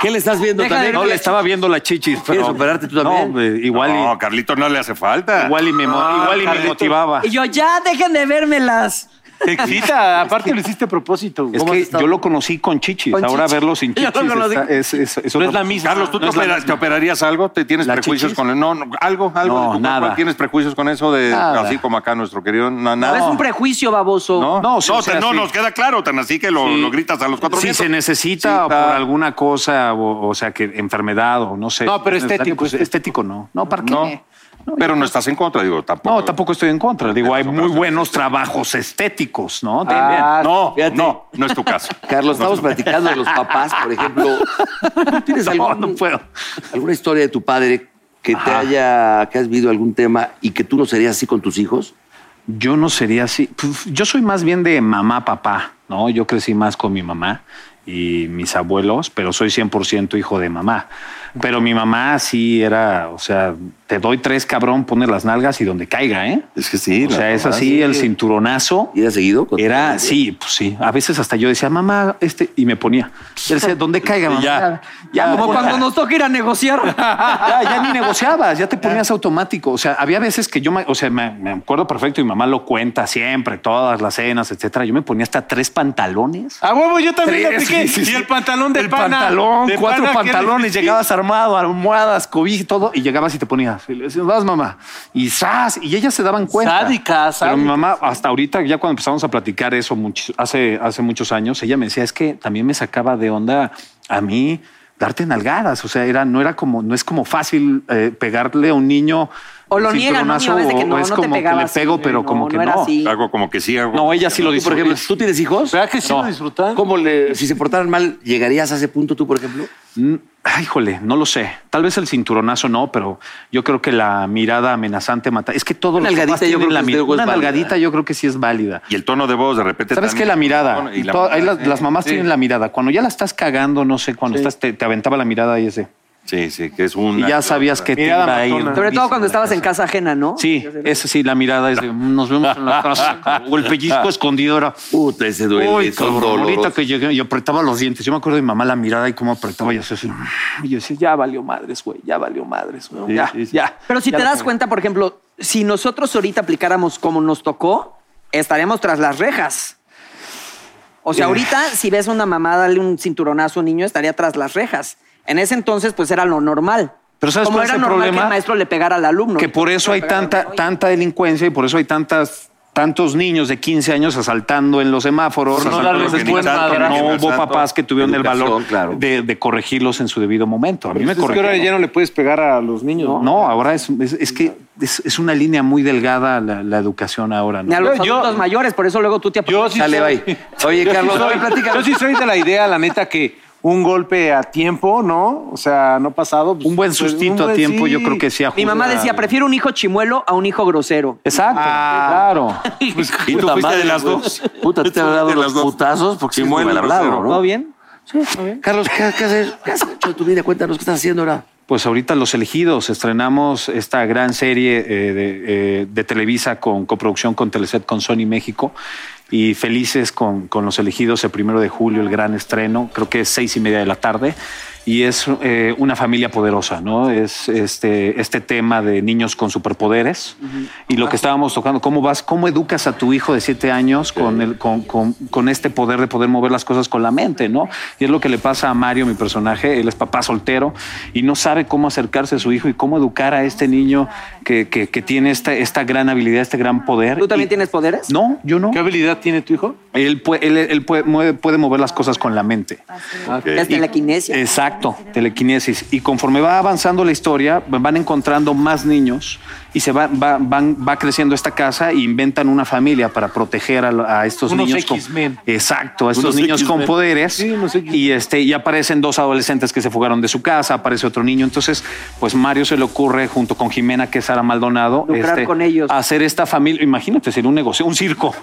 [SPEAKER 3] ¿Qué le estás viendo
[SPEAKER 2] Deja de-
[SPEAKER 3] también?
[SPEAKER 6] No, le estaba viendo la chichis,
[SPEAKER 3] ¿Quieres
[SPEAKER 6] pero...
[SPEAKER 3] operarte tú también?
[SPEAKER 6] No, eh, igual,
[SPEAKER 4] No, Carlito no le hace
[SPEAKER 6] y,
[SPEAKER 4] falta. Ah,
[SPEAKER 6] igual y me, mo- igual y me
[SPEAKER 5] Ah.
[SPEAKER 6] motivaba.
[SPEAKER 2] Y yo, ya, dejen de vérmelas.
[SPEAKER 5] Te excita. Aparte lo hiciste a propósito. güey.
[SPEAKER 6] Es
[SPEAKER 3] ¿Cómo has
[SPEAKER 6] que
[SPEAKER 3] estado?
[SPEAKER 6] yo lo conocí con chichis.
[SPEAKER 2] Con
[SPEAKER 6] Ahora
[SPEAKER 2] chichis.
[SPEAKER 6] verlo sin
[SPEAKER 2] Yo no
[SPEAKER 6] chichis
[SPEAKER 2] lo
[SPEAKER 6] está-
[SPEAKER 2] digo.
[SPEAKER 6] es, es, es
[SPEAKER 5] No
[SPEAKER 6] otra
[SPEAKER 5] es la misma.
[SPEAKER 4] Carlos, ¿tú
[SPEAKER 6] No
[SPEAKER 4] te,
[SPEAKER 6] es la
[SPEAKER 4] opera-
[SPEAKER 6] misma.
[SPEAKER 4] te operarías algo? ¿Te tienes
[SPEAKER 6] ¿La
[SPEAKER 4] prejuicios
[SPEAKER 6] chichis?
[SPEAKER 4] con el- No, no, algo, algo.
[SPEAKER 6] No,
[SPEAKER 4] de tu cuerpo?
[SPEAKER 6] nada.
[SPEAKER 4] ¿Tienes prejuicios con eso de.
[SPEAKER 3] Nada.
[SPEAKER 4] Así como acá nuestro querido. No,
[SPEAKER 2] No.
[SPEAKER 4] nada.
[SPEAKER 2] Es un prejuicio baboso.
[SPEAKER 4] No,
[SPEAKER 6] Ah. No,
[SPEAKER 4] no,
[SPEAKER 6] sí, o sea,
[SPEAKER 4] te- no
[SPEAKER 6] sí.
[SPEAKER 4] nos queda claro, tan así que lo,
[SPEAKER 6] Sí.
[SPEAKER 4] lo gritas a los cuatro
[SPEAKER 6] Si
[SPEAKER 4] vientos.
[SPEAKER 6] se necesita
[SPEAKER 4] Sí,
[SPEAKER 6] o por
[SPEAKER 4] está.
[SPEAKER 6] alguna cosa, o, o sea, que enfermedad o no sé.
[SPEAKER 7] No, pero
[SPEAKER 6] Es necesario,
[SPEAKER 7] estético,
[SPEAKER 6] pues,
[SPEAKER 7] estético.
[SPEAKER 6] estético no. No, ¿para qué?
[SPEAKER 4] No, pero no estás en contra, digo, tampoco.
[SPEAKER 6] No, tampoco estoy en contra. Digo, hay muy
[SPEAKER 4] operaciones
[SPEAKER 6] buenos trabajos estéticos, ¿no?
[SPEAKER 2] Ah,
[SPEAKER 6] También.
[SPEAKER 4] No,
[SPEAKER 3] Fíjate.
[SPEAKER 4] no, no es tu caso.
[SPEAKER 3] Carlos, estamos platicando de los papás, por ejemplo. ¿Tú tienes
[SPEAKER 6] No,
[SPEAKER 3] algún-
[SPEAKER 6] no puedo.
[SPEAKER 3] alguna historia de tu padre que te haya, que has vivido algún tema y que tú no serías así con tus hijos?
[SPEAKER 6] Yo no sería así. Puf, Yo soy más bien de mamá, papá, ¿no? Yo crecí más con mi mamá y mis abuelos, pero soy 100% hijo de mamá. Pero mi mamá sí era, o sea, te doy tres, cabrón, pones las nalgas y donde caiga, ¿eh?
[SPEAKER 4] Es que sí.
[SPEAKER 6] O sea, es así el cinturonazo.
[SPEAKER 3] ¿Y era seguido? con-
[SPEAKER 6] Era, sí, pues sí. A veces hasta yo decía, mamá, este, y me ponía. Él decía, ¿dónde caiga, mamá?
[SPEAKER 4] Ya.
[SPEAKER 6] ya Ah,
[SPEAKER 2] Como
[SPEAKER 6] me
[SPEAKER 2] cuando
[SPEAKER 6] ponía.
[SPEAKER 2] nos toca ir a negociar.
[SPEAKER 6] Ya, ya ni negociabas, ya te ponías automático. O sea, había veces que yo, me, o sea, me, me acuerdo perfecto, mi mamá lo cuenta siempre, todas las cenas, etcétera. Yo me ponía hasta tres pantalones.
[SPEAKER 5] A huevo, yo también le
[SPEAKER 6] Tres,
[SPEAKER 5] apliqué.
[SPEAKER 6] sí, sí,
[SPEAKER 5] Y
[SPEAKER 6] sí.
[SPEAKER 5] el pantalón de
[SPEAKER 6] El
[SPEAKER 5] pana.
[SPEAKER 6] pantalón,
[SPEAKER 5] de
[SPEAKER 6] cuatro
[SPEAKER 5] pana que era
[SPEAKER 6] pantalones,
[SPEAKER 5] difícil.
[SPEAKER 6] llegabas armado, almohadas, cobija y todo, y llegabas y te ponías. Y le decías, vas, mamá. Y zas, y ellas se daban cuenta.
[SPEAKER 7] Sádica,
[SPEAKER 6] Pero mi
[SPEAKER 7] sádica.
[SPEAKER 6] mamá, hasta ahorita, ya cuando empezamos a platicar eso much- hace, hace muchos años, ella me decía, es que también me sacaba de onda a mí darte nalgadas. O sea, era, no era como, no es como fácil eh, pegarle a un niño.
[SPEAKER 2] O lo
[SPEAKER 6] un
[SPEAKER 2] niegan, ¿no? Mi mamá
[SPEAKER 6] cinturonazo,
[SPEAKER 2] es de que
[SPEAKER 6] o
[SPEAKER 2] no,
[SPEAKER 6] es
[SPEAKER 2] no te
[SPEAKER 6] como que
[SPEAKER 2] pegaba
[SPEAKER 6] le
[SPEAKER 2] así,
[SPEAKER 6] pego, pero
[SPEAKER 2] no,
[SPEAKER 6] como que
[SPEAKER 2] no era
[SPEAKER 6] no.
[SPEAKER 2] así.
[SPEAKER 4] Hago como que sí, hago.
[SPEAKER 6] No, ella sí lo
[SPEAKER 3] Tú, por
[SPEAKER 6] disfruta.
[SPEAKER 3] ejemplo, ¿tú tienes hijos?
[SPEAKER 5] ¿Verdad que sí
[SPEAKER 6] No.
[SPEAKER 5] lo disfrutaron?
[SPEAKER 3] ¿Cómo le, si se portaran mal, llegarías a ese punto tú, por ejemplo?
[SPEAKER 6] Mm, ay, Híjole, no lo sé. Tal vez el cinturonazo no, pero yo creo que la mirada amenazante mata. Es que todos
[SPEAKER 3] Una
[SPEAKER 6] los
[SPEAKER 3] nalgadita
[SPEAKER 6] papás
[SPEAKER 3] yo
[SPEAKER 6] tienen
[SPEAKER 3] creo
[SPEAKER 6] la
[SPEAKER 3] que
[SPEAKER 6] mi-
[SPEAKER 3] es de-
[SPEAKER 6] Una
[SPEAKER 3] es válida.
[SPEAKER 6] nalgadita yo creo que sí es válida.
[SPEAKER 4] Y el tono de voz de repente.
[SPEAKER 6] ¿Sabes
[SPEAKER 4] también.
[SPEAKER 6] qué? La mirada.
[SPEAKER 4] Bueno, y la
[SPEAKER 6] Todo- ahí
[SPEAKER 4] mirada,
[SPEAKER 6] las,
[SPEAKER 3] ¿eh?
[SPEAKER 6] las mamás
[SPEAKER 4] sí.
[SPEAKER 6] tienen la mirada. Cuando ya la estás cagando, no sé, cuando estás, te, te aventaba la mirada y ese.
[SPEAKER 4] Sí, sí, que es un.
[SPEAKER 6] Y ya sabías que te
[SPEAKER 5] Mirada
[SPEAKER 6] iba a ir.
[SPEAKER 5] matona.
[SPEAKER 2] Sobre todo cuando estabas en casa ajena, ¿no?
[SPEAKER 6] Sí, eso sí, la mirada es de nos vemos en la casa. O el pellizco escondido era.
[SPEAKER 3] Puta, ese duele.
[SPEAKER 6] Uy,
[SPEAKER 3] son
[SPEAKER 6] cabrón, ahorita
[SPEAKER 3] dolorosos.
[SPEAKER 6] que llegué y apretaba los dientes. Yo me acuerdo de mi mamá la mirada y cómo apretaba y hacía así. Y yo decía, ya valió madres, güey, ya valió madres, güey. ya, ya.
[SPEAKER 2] Pero si
[SPEAKER 6] Ya
[SPEAKER 2] te
[SPEAKER 6] la
[SPEAKER 2] das
[SPEAKER 6] cagué.
[SPEAKER 2] cuenta, por ejemplo, si nosotros ahorita aplicáramos como nos tocó, estaríamos tras las rejas. O
[SPEAKER 6] Eh.
[SPEAKER 2] sea, ahorita si ves a una mamá darle un cinturonazo a un niño, estaría tras las rejas. En ese entonces, pues era lo normal.
[SPEAKER 6] Pero ¿sabes
[SPEAKER 2] como
[SPEAKER 6] cuál es
[SPEAKER 2] era
[SPEAKER 6] el
[SPEAKER 2] normal que
[SPEAKER 6] problema?
[SPEAKER 2] el maestro le pegara al alumno.
[SPEAKER 6] Que por eso hay tanta, tanta delincuencia y por eso hay tantas tantos niños de 15 años asaltando en los semáforos.
[SPEAKER 4] Por no
[SPEAKER 6] asaltando
[SPEAKER 4] darles
[SPEAKER 6] en los
[SPEAKER 4] buen
[SPEAKER 6] semáforos.
[SPEAKER 4] madrazo.
[SPEAKER 6] No hubo
[SPEAKER 4] Exacto.
[SPEAKER 6] papás que tuvieron el
[SPEAKER 3] Educación,
[SPEAKER 6] valor
[SPEAKER 3] claro.
[SPEAKER 6] de, de corregirlos en su debido momento. A mí me
[SPEAKER 5] Pues Es que ahora
[SPEAKER 6] corrigieron.
[SPEAKER 5] ya no le puedes pegar a los niños.
[SPEAKER 6] No, no, ahora es, es, es que es, es una línea muy delgada la, la educación ahora. ¿no?
[SPEAKER 2] Ni a los
[SPEAKER 5] Yo-
[SPEAKER 2] adultos mayores, por eso luego tú te
[SPEAKER 5] Yo sí
[SPEAKER 3] Dale,
[SPEAKER 5] soy-
[SPEAKER 3] bye. Oye,
[SPEAKER 5] Yo sí
[SPEAKER 3] Carlos,
[SPEAKER 5] soy-
[SPEAKER 3] a ver, platícanos.
[SPEAKER 5] Yo sí soy de la idea, la neta, que un golpe a tiempo, ¿no? O sea, no pasado. pues,
[SPEAKER 6] Un buen
[SPEAKER 5] pues,
[SPEAKER 6] sustito
[SPEAKER 5] un
[SPEAKER 6] a
[SPEAKER 5] buen-
[SPEAKER 6] tiempo
[SPEAKER 5] sí.
[SPEAKER 6] yo creo que sí ajusta.
[SPEAKER 2] Mi mamá decía, prefiero un hijo chimuelo a un hijo grosero.
[SPEAKER 6] Exacto, claro.
[SPEAKER 4] Y tú fuiste
[SPEAKER 3] Puta
[SPEAKER 4] de
[SPEAKER 3] madre,
[SPEAKER 4] las
[SPEAKER 3] güey.
[SPEAKER 4] dos.
[SPEAKER 3] Puta, te han dado los putazos porque es
[SPEAKER 4] Chimuelo,
[SPEAKER 3] mal hablado,
[SPEAKER 4] grosero.
[SPEAKER 3] ¿no?
[SPEAKER 2] ¿Todo bien?
[SPEAKER 3] Carlos, ¿qué, qué haces? ¿Qué has hecho de tu vida? Cuéntanos, ¿qué estás haciendo ahora?
[SPEAKER 6] Pues ahorita Los Elegidos, estrenamos esta gran serie eh, de, eh, de Televisa con coproducción con Teleset, con Sony México y felices con, con Los Elegidos el primero de julio, el gran estreno, creo que es seis y media de la tarde y es eh, una familia poderosa, ¿no? Es este, este tema de niños con superpoderes y lo que estábamos tocando, ¿cómo vas, cómo educas a tu hijo de siete años con, el, con, con- con este poder de poder mover las cosas con la mente, ¿no? Y es lo que le pasa a Mario, mi personaje, él es papá soltero y no sabe cómo acercarse a su hijo y cómo educar a este niño que, que- que tiene esta, esta gran habilidad, este gran poder.
[SPEAKER 2] ¿Tú también
[SPEAKER 6] Y-
[SPEAKER 2] tienes poderes?
[SPEAKER 6] No, yo no.
[SPEAKER 5] ¿Qué habilidad tiene tu hijo?
[SPEAKER 6] Él, pue- él- él pue- mueve- puede mover las cosas con la mente.
[SPEAKER 2] Es telequinesia.
[SPEAKER 6] Exacto, telequinesis. Y conforme va avanzando la historia, van encontrando más niños y se va, va- van- va creciendo esta casa e inventan una familia para proteger a, a estos
[SPEAKER 5] Unos
[SPEAKER 6] niños.
[SPEAKER 5] X-Men.
[SPEAKER 6] exacto, a estos
[SPEAKER 5] Unos
[SPEAKER 6] niños con
[SPEAKER 5] X-Men.
[SPEAKER 6] poderes.
[SPEAKER 5] Sí, unos X-Men.
[SPEAKER 6] y, este, y aparecen dos adolescentes que se fugaron de su casa, aparece otro niño. Entonces, pues Mario se le ocurre, junto con Jimena, que es Sara Maldonado, este,
[SPEAKER 2] Lucrar con ellos.
[SPEAKER 6] hacer esta familia. Imagínate, sería un negocio, un circo.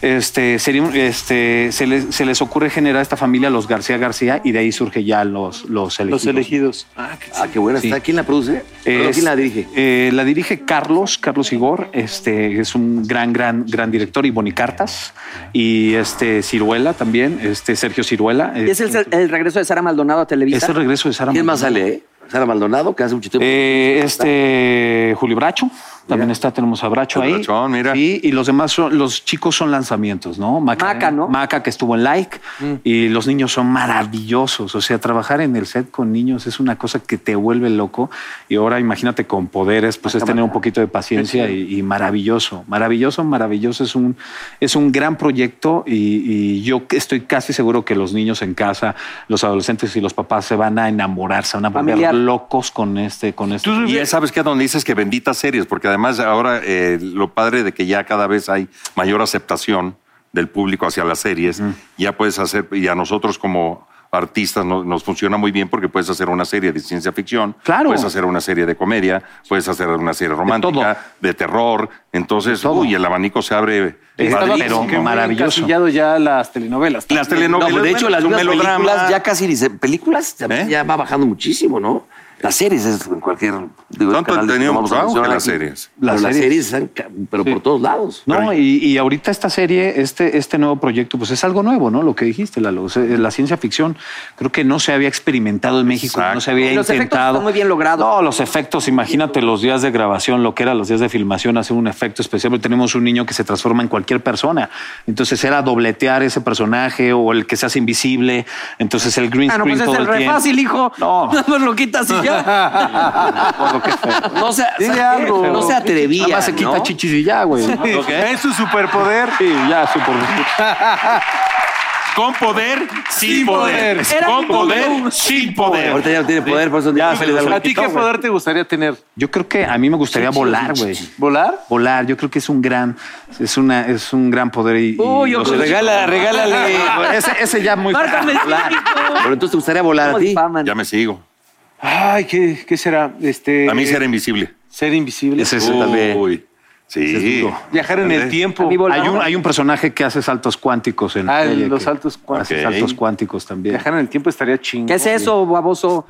[SPEAKER 6] Este, sería un- este, se, les, se les ocurre generar esta familia los García García y de ahí surge ya los, los elegidos.
[SPEAKER 5] Los elegidos.
[SPEAKER 3] Ah, qué buena
[SPEAKER 6] Sí.
[SPEAKER 3] está. ¿Quién la produce? Bueno,
[SPEAKER 6] Es-
[SPEAKER 3] ¿Quién la dirige?
[SPEAKER 6] eh, la dirige Carlos, Carlos Igor, este es un gran, gran, gran director y Bonicartas y este Ciruela también, este Sergio Ciruela.
[SPEAKER 2] ¿Y es el, el regreso de Sara Maldonado a Televisa?
[SPEAKER 6] es el regreso de Sara.
[SPEAKER 3] ¿Quién más
[SPEAKER 6] Maldonado.
[SPEAKER 3] sale? eh? Sara Maldonado, que hace mucho tiempo.
[SPEAKER 6] Eh, este Julio Bracho. También está, tenemos a Bracho
[SPEAKER 4] El
[SPEAKER 6] ahí.
[SPEAKER 4] Brachón, mira.
[SPEAKER 6] Sí, y los demás son, los chicos son lanzamientos, ¿no?
[SPEAKER 2] Maca, ¿no?
[SPEAKER 6] Maca que estuvo en like. Y los niños son maravillosos. O sea, trabajar en el set con niños es una cosa que te vuelve loco. Y ahora imagínate con poderes, pues es tener un poquito de paciencia y, y maravilloso. Maravilloso, maravilloso. Es un, es un gran proyecto y, y yo estoy casi seguro que los niños en casa, los adolescentes y los papás se van a enamorar, se van a volver
[SPEAKER 2] Familiar.
[SPEAKER 6] locos con este, con este.
[SPEAKER 5] Tú-
[SPEAKER 4] Y ya sabes que donde dices que benditas series, porque además ahora eh, lo padre de que ya cada vez hay mayor aceptación del público hacia las series, ya puedes hacer, y a nosotros como artistas no- nos funciona muy bien porque puedes hacer una serie de ciencia ficción,
[SPEAKER 6] Claro.
[SPEAKER 4] puedes hacer una serie de comedia, puedes hacer una serie romántica, de, terror, entonces,
[SPEAKER 6] todo.
[SPEAKER 4] uy, el abanico se abre.
[SPEAKER 6] Estaba
[SPEAKER 4] padrísimo.
[SPEAKER 6] como que muy maravilloso.
[SPEAKER 5] encasillado ya las telenovelas.
[SPEAKER 4] Las telenovelas,
[SPEAKER 3] No, pues, de hecho,
[SPEAKER 4] bueno,
[SPEAKER 3] las
[SPEAKER 4] son
[SPEAKER 3] mismas
[SPEAKER 4] melodramas.
[SPEAKER 3] películas ya casi dice películas también
[SPEAKER 4] ¿Eh?
[SPEAKER 3] ya va bajando muchísimo, ¿no? Las series es en cualquier digo,
[SPEAKER 4] Tanto
[SPEAKER 3] canal de-
[SPEAKER 4] tenemos
[SPEAKER 3] vamos a
[SPEAKER 4] auge
[SPEAKER 3] mencionar
[SPEAKER 4] las
[SPEAKER 3] aquí.
[SPEAKER 4] series.
[SPEAKER 3] Pero
[SPEAKER 6] Las
[SPEAKER 3] Las series,
[SPEAKER 6] series.
[SPEAKER 3] están ca- pero por todos lados.
[SPEAKER 6] No, y, y ahorita esta serie, este, este nuevo proyecto, pues es algo nuevo, ¿no? Lo que dijiste, Lalo, o sea, eh, la ciencia ficción. Creo que no se había experimentado en México,
[SPEAKER 4] Exacto.
[SPEAKER 6] no se había
[SPEAKER 2] Y los efectos
[SPEAKER 6] intentado.
[SPEAKER 2] están muy bien logrados.
[SPEAKER 6] No, los efectos, imagínate los días de grabación, lo que era los días de filmación, hacer un efecto especial. Pero tenemos un niño que se transforma en cualquier persona. Entonces era dobletear ese personaje o el que se hace invisible. Entonces el green
[SPEAKER 2] Ah, no,
[SPEAKER 6] screen
[SPEAKER 2] pues es
[SPEAKER 6] todo
[SPEAKER 2] el
[SPEAKER 6] el
[SPEAKER 2] re
[SPEAKER 6] tiempo.
[SPEAKER 2] fácil, hijo.
[SPEAKER 6] No.
[SPEAKER 2] Nada más lo quitas y ya.
[SPEAKER 3] No se,
[SPEAKER 5] Dile
[SPEAKER 3] ¿sabes qué?
[SPEAKER 5] algo.
[SPEAKER 3] no se atrevía.
[SPEAKER 6] Nada más se quita
[SPEAKER 3] ¿no?
[SPEAKER 6] chichis y ya, güey.
[SPEAKER 5] Es su superpoder.
[SPEAKER 6] Sí, ya, super.
[SPEAKER 1] Con poder, sin poder.
[SPEAKER 2] Era
[SPEAKER 1] Con
[SPEAKER 2] mi
[SPEAKER 1] poder, sin poder.
[SPEAKER 3] Ahorita ya no tiene poder, por eso ya se le da
[SPEAKER 5] ¿A ti qué poder te gustaría tener?
[SPEAKER 6] Yo creo que a mí me gustaría volar, güey.
[SPEAKER 5] ¿Volar?
[SPEAKER 6] Volar, yo creo que es un gran, es una, es un gran poder y. y
[SPEAKER 2] Uy, yo
[SPEAKER 6] los-
[SPEAKER 2] creo-
[SPEAKER 3] Regala, regálale.
[SPEAKER 6] Ese, ese ya muy.
[SPEAKER 2] Márcame,
[SPEAKER 3] Volar. Pero entonces te gustaría volar a
[SPEAKER 2] ¿Cómo
[SPEAKER 3] ti.
[SPEAKER 2] difaman?
[SPEAKER 4] Ya me sigo.
[SPEAKER 5] Ay, ¿qué, qué será? Este,
[SPEAKER 4] A mí ser invisible.
[SPEAKER 5] Ser invisible.
[SPEAKER 6] Ese es-
[SPEAKER 4] Uy,
[SPEAKER 6] es
[SPEAKER 4] sí.
[SPEAKER 6] duro.
[SPEAKER 5] Viajar en el tiempo.
[SPEAKER 2] A mí volar.
[SPEAKER 6] Hay un, hay un personaje que hace saltos cuánticos en la
[SPEAKER 5] Ah,
[SPEAKER 6] serie
[SPEAKER 5] los
[SPEAKER 6] que
[SPEAKER 5] saltos cuánticos.
[SPEAKER 6] Hace
[SPEAKER 4] Ok.
[SPEAKER 6] saltos cuánticos también.
[SPEAKER 5] Viajar en el tiempo estaría chingón.
[SPEAKER 2] ¿Qué es eso, baboso?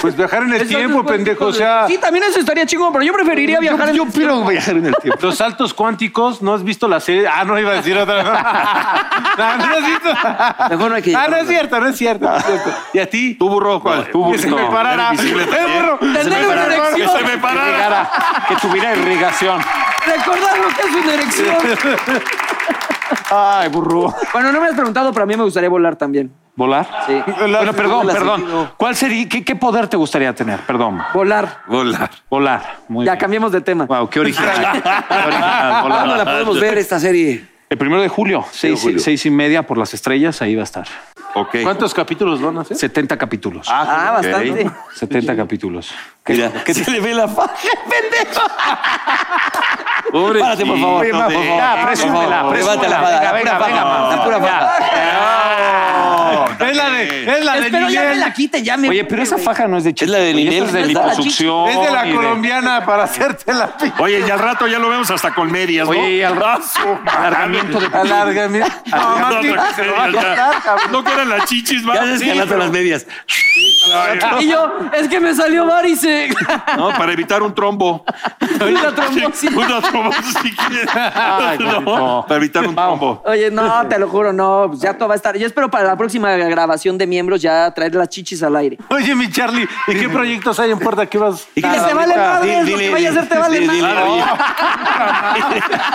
[SPEAKER 5] Pues viajar en el
[SPEAKER 2] Eso
[SPEAKER 5] tiempo,
[SPEAKER 2] es-
[SPEAKER 5] pendejo. O sea,
[SPEAKER 2] Sí, también eso estaría chingón, pero yo preferiría viajar en
[SPEAKER 6] yo quiero viajar en el tiempo.
[SPEAKER 5] los saltos cuánticos, ¿no has visto la serie? Ah, no iba a decir otra. no, no has visto.
[SPEAKER 3] Mejor no hay que
[SPEAKER 5] Ah, no es
[SPEAKER 3] llevarlo.
[SPEAKER 5] cierto, no es cierto. no es cierto. ¿Y a ti?
[SPEAKER 4] Tú burro, ¿cuál? Tú burro.
[SPEAKER 5] Que se me
[SPEAKER 4] No,
[SPEAKER 5] parara.
[SPEAKER 4] era invisible
[SPEAKER 5] ¡Eh,
[SPEAKER 4] también.
[SPEAKER 5] burro!
[SPEAKER 2] Tener una
[SPEAKER 5] Que
[SPEAKER 2] erección.
[SPEAKER 5] se me parara.
[SPEAKER 6] que tuviera irrigación.
[SPEAKER 2] Recordar lo que es una erección.
[SPEAKER 6] Ay, burro.
[SPEAKER 2] Bueno, no me has preguntado, pero a mí me gustaría volar también.
[SPEAKER 6] ¿Volar?
[SPEAKER 2] Sí.
[SPEAKER 6] Bueno, perdón,
[SPEAKER 2] Volar,
[SPEAKER 6] perdón.
[SPEAKER 2] sentido.
[SPEAKER 6] ¿Cuál sería, qué, qué poder te gustaría tener? Perdón.
[SPEAKER 2] Volar.
[SPEAKER 4] Volar.
[SPEAKER 6] Volar. Muy
[SPEAKER 2] Ya
[SPEAKER 6] bien.
[SPEAKER 2] cambiamos de tema.
[SPEAKER 6] Wow, qué original. Qué original, volar.
[SPEAKER 3] ¿Cuándo la podemos ver esta serie?
[SPEAKER 6] El primero de julio, seis,
[SPEAKER 4] julio.
[SPEAKER 6] seis y media por las estrellas, ahí va a estar.
[SPEAKER 4] Ok.
[SPEAKER 5] ¿Cuántos capítulos van a hacer?
[SPEAKER 6] 70 capítulos.
[SPEAKER 2] Ah,
[SPEAKER 4] ok.
[SPEAKER 2] bastante.
[SPEAKER 6] 70 capítulos.
[SPEAKER 3] Mira, que se le ve la faja, pendejo. Párate, por favor.
[SPEAKER 4] Pobrecito de-
[SPEAKER 6] Ya, presúmela,
[SPEAKER 3] Levanta la
[SPEAKER 6] presúmela.
[SPEAKER 3] faja,
[SPEAKER 6] Venga,
[SPEAKER 3] la pura
[SPEAKER 6] venga, venga,
[SPEAKER 3] faja, la pura faja.
[SPEAKER 5] Es la de, es la de
[SPEAKER 2] Espero ya me
[SPEAKER 5] Ninel.
[SPEAKER 2] la quiten, ya me.
[SPEAKER 6] Oye, pero esa faja no es de chichi.
[SPEAKER 3] Es la de
[SPEAKER 6] güey,
[SPEAKER 3] Ninel,
[SPEAKER 6] esa Es de
[SPEAKER 3] es la
[SPEAKER 6] liposucción.
[SPEAKER 5] Es de
[SPEAKER 6] y
[SPEAKER 5] la colombiana para hacerte la pi-
[SPEAKER 4] Oye, y al rato ya lo vemos hasta con medias, ¿no? Ah,
[SPEAKER 6] Oye, y al
[SPEAKER 4] raso.
[SPEAKER 6] Alargamiento de
[SPEAKER 5] Alarga, mira. No, más bien se lo va a cortar, cabrón.
[SPEAKER 4] No que eran las chichis,
[SPEAKER 3] Ya
[SPEAKER 4] ¿va?
[SPEAKER 3] se
[SPEAKER 4] Sí,
[SPEAKER 3] escalaste las medias.
[SPEAKER 2] Y yo, es que me salió varice.
[SPEAKER 4] No, para evitar un trombo.
[SPEAKER 2] Una trombosis.
[SPEAKER 4] Una trombosis, si quieres. No,
[SPEAKER 6] bonito.
[SPEAKER 4] Para evitar un trombo.
[SPEAKER 2] Oye, no, te lo juro, no, pues ya todo va a estar. Yo espero para la próxima grabación reducción de miembros ya traer las chichis al aire.
[SPEAKER 5] Oye, mi Charlie, ¿y qué proyectos hay en puerta que vas? Ah,
[SPEAKER 2] Y que te vale madre, lo que vaya a hacer te vale madre.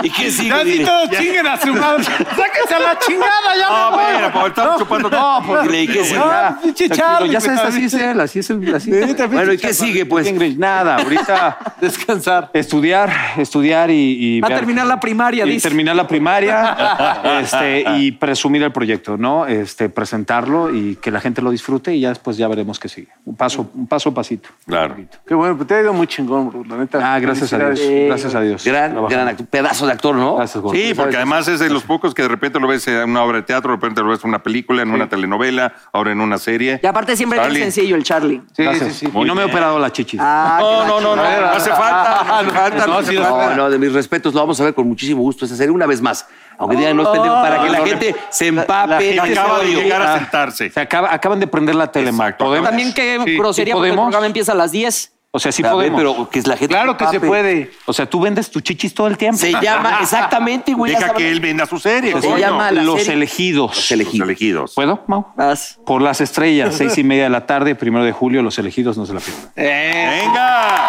[SPEAKER 3] ¿Y qué sigue?
[SPEAKER 5] Ya si
[SPEAKER 3] Dile.
[SPEAKER 5] todos chinguen a su madre. Sáquense a la chingada, ya
[SPEAKER 4] No,
[SPEAKER 5] me voy.
[SPEAKER 4] bueno, Paul, estamos chupando todo.
[SPEAKER 3] Dile, ¿y qué sigue?
[SPEAKER 5] Ah, pinche Charlie,
[SPEAKER 6] pues, ya sabes,
[SPEAKER 5] pues,
[SPEAKER 6] así es él, así es el. Así
[SPEAKER 5] Sí, te
[SPEAKER 3] Bueno, ¿y qué
[SPEAKER 5] pinche Charlie.
[SPEAKER 3] sigue, pues?
[SPEAKER 6] Nada, ahorita
[SPEAKER 5] Descansar.
[SPEAKER 6] estudiar, estudiar y. y
[SPEAKER 2] Va a
[SPEAKER 6] ver-
[SPEAKER 2] terminar la primaria,
[SPEAKER 6] y
[SPEAKER 2] dice.
[SPEAKER 6] terminar la primaria este, y presumir el proyecto, ¿no? Este, presentarlo y que la gente lo disfrute y ya después ya veremos qué sigue. Un paso, un paso a pasito.
[SPEAKER 4] Claro.
[SPEAKER 5] Qué bueno, pues te ha ido muy chingón, bro, la neta.
[SPEAKER 6] Ah, gracias a Dios.
[SPEAKER 5] Felicidades.
[SPEAKER 6] Gracias a Dios.
[SPEAKER 3] Gran,
[SPEAKER 6] Trabajando.
[SPEAKER 3] gran actor, pedazo de actor, ¿no?
[SPEAKER 6] Gracias, Gordo.
[SPEAKER 4] Sí, porque además es de los pocos que de repente lo ves en una obra de teatro, de repente lo ves en una película, en una telenovela, ahora en una serie.
[SPEAKER 2] Y aparte siempre es
[SPEAKER 4] Charlie.
[SPEAKER 2] sencillo el Charlie.
[SPEAKER 6] Sí,
[SPEAKER 5] Gracias.
[SPEAKER 6] sí, sí.
[SPEAKER 4] Muy
[SPEAKER 6] Y no me he
[SPEAKER 4] bien.
[SPEAKER 6] operado la chichis.
[SPEAKER 2] Ah,
[SPEAKER 4] No,
[SPEAKER 2] qué
[SPEAKER 4] no, no, no, no
[SPEAKER 5] Ah,
[SPEAKER 4] hace falta, no hace falta. no
[SPEAKER 5] no,
[SPEAKER 4] hace
[SPEAKER 5] sí,
[SPEAKER 4] falta.
[SPEAKER 3] No, no, de mis respetos, lo vamos a ver con muchísimo gusto esa serie una vez más. Aunque digan, no es pendejo, para que la gente se empape.
[SPEAKER 4] Y
[SPEAKER 3] de ese
[SPEAKER 4] acaba de
[SPEAKER 3] rollo.
[SPEAKER 4] llegar
[SPEAKER 6] Ah.
[SPEAKER 4] a sentarse.
[SPEAKER 6] Se acaba- acaban de prender la tele, Mac.
[SPEAKER 4] Exacto.
[SPEAKER 6] ¿Podemos?
[SPEAKER 2] También qué
[SPEAKER 6] Sí.
[SPEAKER 2] grosería
[SPEAKER 6] ¿Sí
[SPEAKER 2] porque el
[SPEAKER 6] podemos?
[SPEAKER 2] programa empieza a las 10.
[SPEAKER 6] O sea, sí
[SPEAKER 3] A ver,
[SPEAKER 6] podemos.
[SPEAKER 3] pero que es la gente.
[SPEAKER 5] Claro que se
[SPEAKER 3] empape.
[SPEAKER 5] puede.
[SPEAKER 6] O sea, tú vendes tus chichis todo el tiempo.
[SPEAKER 3] Se llama, exactamente, güey. ya
[SPEAKER 4] Deja
[SPEAKER 3] saben-
[SPEAKER 4] que él venda su serie.
[SPEAKER 3] Se
[SPEAKER 4] coño. Pues,
[SPEAKER 3] llama la
[SPEAKER 6] Los
[SPEAKER 3] serie-
[SPEAKER 6] elegidos.
[SPEAKER 3] Los elegidos.
[SPEAKER 4] Los elegidos.
[SPEAKER 6] ¿Puedo, Mau?
[SPEAKER 2] Vas.
[SPEAKER 6] Por las estrellas, seis y media de la tarde, primero de julio, los elegidos no se la pierdan.
[SPEAKER 3] Eh.
[SPEAKER 4] ¡Venga!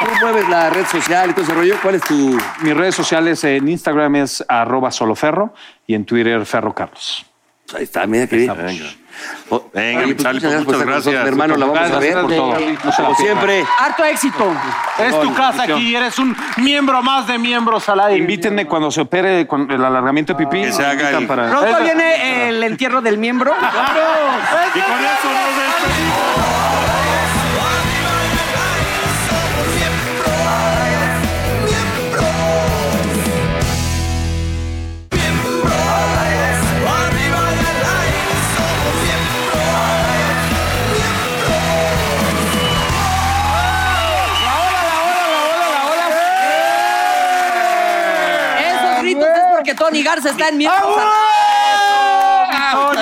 [SPEAKER 3] Tú mueves la red social y todo ese rollo. ¿Cuál es tu...?
[SPEAKER 6] Mis redes sociales en Instagram es arroba soloferro y en Twitter ferro carlos.
[SPEAKER 3] Ahí está, mira que bien. Oh,
[SPEAKER 4] Venga,
[SPEAKER 3] oye,
[SPEAKER 4] mi Charlie, pues,
[SPEAKER 3] por
[SPEAKER 4] muchas
[SPEAKER 3] estar con
[SPEAKER 4] gracias.
[SPEAKER 3] nosotros, mi hermano, la vamos a ver.
[SPEAKER 6] por todo.
[SPEAKER 3] Como siempre,
[SPEAKER 2] Harto éxito.
[SPEAKER 3] Ah.
[SPEAKER 5] Es tu casa aquí, eres un miembro más de miembros al aire.
[SPEAKER 6] Invítenme cuando se opere con el alargamiento de pipí.
[SPEAKER 4] Que se haga
[SPEAKER 6] invitan
[SPEAKER 4] el-
[SPEAKER 6] para-
[SPEAKER 2] Pronto viene el entierro del miembro.
[SPEAKER 4] Y con eso nos despedimos.
[SPEAKER 2] Esos gritos es porque Tony Garza está en
[SPEAKER 3] Ah,
[SPEAKER 2] miembros.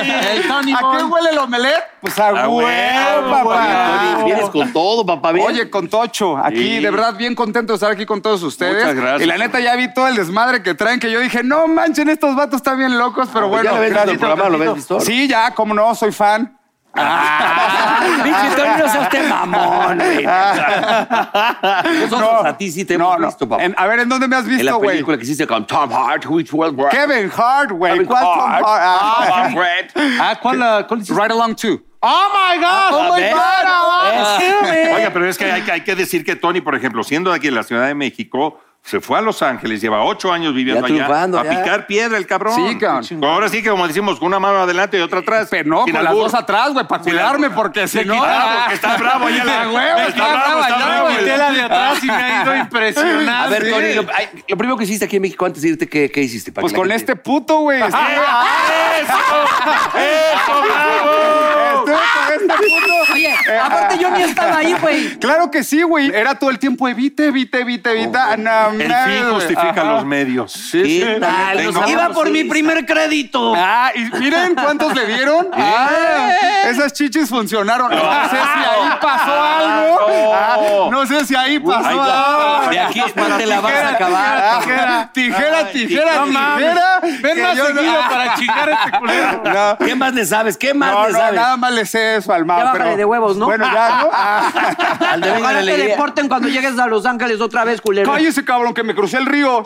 [SPEAKER 5] El Tony
[SPEAKER 7] ¿A qué
[SPEAKER 5] Mon.
[SPEAKER 7] huele el omelette? Pues a,
[SPEAKER 4] A
[SPEAKER 7] huevo,
[SPEAKER 4] huevo,
[SPEAKER 7] papá.
[SPEAKER 3] Tony, vienes con todo, papá. bien.
[SPEAKER 7] Oye, con Tocho, aquí,
[SPEAKER 4] Sí.
[SPEAKER 7] de verdad, bien contento de estar aquí con todos ustedes.
[SPEAKER 4] Muchas gracias.
[SPEAKER 7] Y la neta, ya vi todo el desmadre que traen, que yo dije, no manchen, estos vatos están bien locos,
[SPEAKER 4] Ah,
[SPEAKER 7] pero
[SPEAKER 4] pues
[SPEAKER 7] bueno.
[SPEAKER 3] ¿Ya lo ves visto el
[SPEAKER 7] gracias.
[SPEAKER 3] programa? ¿Lo ves visto?
[SPEAKER 7] Sí, ya, como no, soy fan.
[SPEAKER 2] Ah,
[SPEAKER 3] Pinche Tony, no seas usted mamón, güey. Nosotros a ti sí te hemos
[SPEAKER 7] no.
[SPEAKER 3] visto, papá.
[SPEAKER 7] En- a ver, ¿en dónde me has
[SPEAKER 3] En la
[SPEAKER 7] visto, güey?
[SPEAKER 3] película que hiciste con Tom Hart, which was...
[SPEAKER 7] Kevin Hart, güey.
[SPEAKER 3] Kevin
[SPEAKER 7] ¿Cuál Tom
[SPEAKER 3] Hart?
[SPEAKER 7] Hart? Ah,
[SPEAKER 3] Tom Hart.
[SPEAKER 5] Ah, ¿cuál, la- cuál hiciste?
[SPEAKER 7] Right Along 2.
[SPEAKER 5] ¡Oh, my God!
[SPEAKER 3] A ver.
[SPEAKER 7] ah,
[SPEAKER 4] Oiga, pero es que hay, que- hay que decir que Tony, por ejemplo, siendo de aquí en la Ciudad de México, se fue a Los Ángeles, lleva ocho años viviendo
[SPEAKER 3] Ya
[SPEAKER 4] allá,
[SPEAKER 3] triunfando,
[SPEAKER 4] a
[SPEAKER 3] ya.
[SPEAKER 4] picar piedra el cabrón.
[SPEAKER 7] Sí, cabrón.
[SPEAKER 4] Ahora sí que, como decimos, con una mano adelante y otra atrás.
[SPEAKER 7] Pero no,
[SPEAKER 4] Sin
[SPEAKER 7] con las
[SPEAKER 4] albur.
[SPEAKER 7] dos atrás, güey, para
[SPEAKER 4] Sin
[SPEAKER 7] cuidarme,
[SPEAKER 4] albur.
[SPEAKER 7] porque
[SPEAKER 4] Se
[SPEAKER 7] si no...
[SPEAKER 4] quitaron, porque está bravo ya la-
[SPEAKER 7] Ah, güey,
[SPEAKER 4] está
[SPEAKER 7] está
[SPEAKER 4] bravo,
[SPEAKER 7] brava
[SPEAKER 4] está
[SPEAKER 7] ya,
[SPEAKER 4] bravo,
[SPEAKER 7] güey.
[SPEAKER 4] güey.
[SPEAKER 5] Quité la de atrás y me ha ido impresionante.
[SPEAKER 3] A ver, Tony,
[SPEAKER 5] Sí.
[SPEAKER 3] lo, ay, lo primero que hiciste aquí en México antes de irte, ¿qué, qué hiciste? Para
[SPEAKER 7] Pues
[SPEAKER 3] que la
[SPEAKER 7] con
[SPEAKER 3] gente-
[SPEAKER 7] este puto, güey. Estuve
[SPEAKER 4] ¡Eso! ¡Eso, bravo!
[SPEAKER 7] estuve con este puto.
[SPEAKER 2] Oye, aparte yo ni estaba ahí, güey.
[SPEAKER 7] Claro que sí, güey. Era todo el tiempo evite, evite, evite, Ah, evita.
[SPEAKER 3] Este
[SPEAKER 4] El fin justifica los medios. Sí,
[SPEAKER 3] ¿Qué tal?
[SPEAKER 4] Tengo-
[SPEAKER 3] Los
[SPEAKER 2] Iba
[SPEAKER 3] amigos,
[SPEAKER 2] por
[SPEAKER 3] sí.
[SPEAKER 2] mi primer crédito.
[SPEAKER 7] Ah, y miren cuántos le dieron. Ah, esas chichis funcionaron. No sé si ahí pasó algo. Ah, no sé si ahí pasó
[SPEAKER 4] Ahí
[SPEAKER 7] algo.
[SPEAKER 6] este
[SPEAKER 3] De aquí no te la vas a acabar.
[SPEAKER 7] Tijera, tijera, tijera, tijera,
[SPEAKER 5] No mames.
[SPEAKER 7] tijera.
[SPEAKER 5] Ven
[SPEAKER 7] que
[SPEAKER 5] más
[SPEAKER 7] yo no- Ah.
[SPEAKER 5] seguido para chingar a este culero.
[SPEAKER 7] No,
[SPEAKER 3] ¿Qué más le sabes? ¿Qué más
[SPEAKER 7] no,
[SPEAKER 3] le
[SPEAKER 7] no,
[SPEAKER 3] sabes?
[SPEAKER 7] nada más le sé eso al
[SPEAKER 2] Ya
[SPEAKER 7] Mau.
[SPEAKER 2] bájale
[SPEAKER 7] pero-
[SPEAKER 2] de huevos, ¿no?
[SPEAKER 7] Bueno, ya, ¿no? Ah.
[SPEAKER 3] Al de venga la
[SPEAKER 2] Ojalá te
[SPEAKER 3] alegría.
[SPEAKER 2] deporten cuando llegues a Los Ángeles otra vez, culero.
[SPEAKER 7] Cállese, cabrón, que me crucé el río.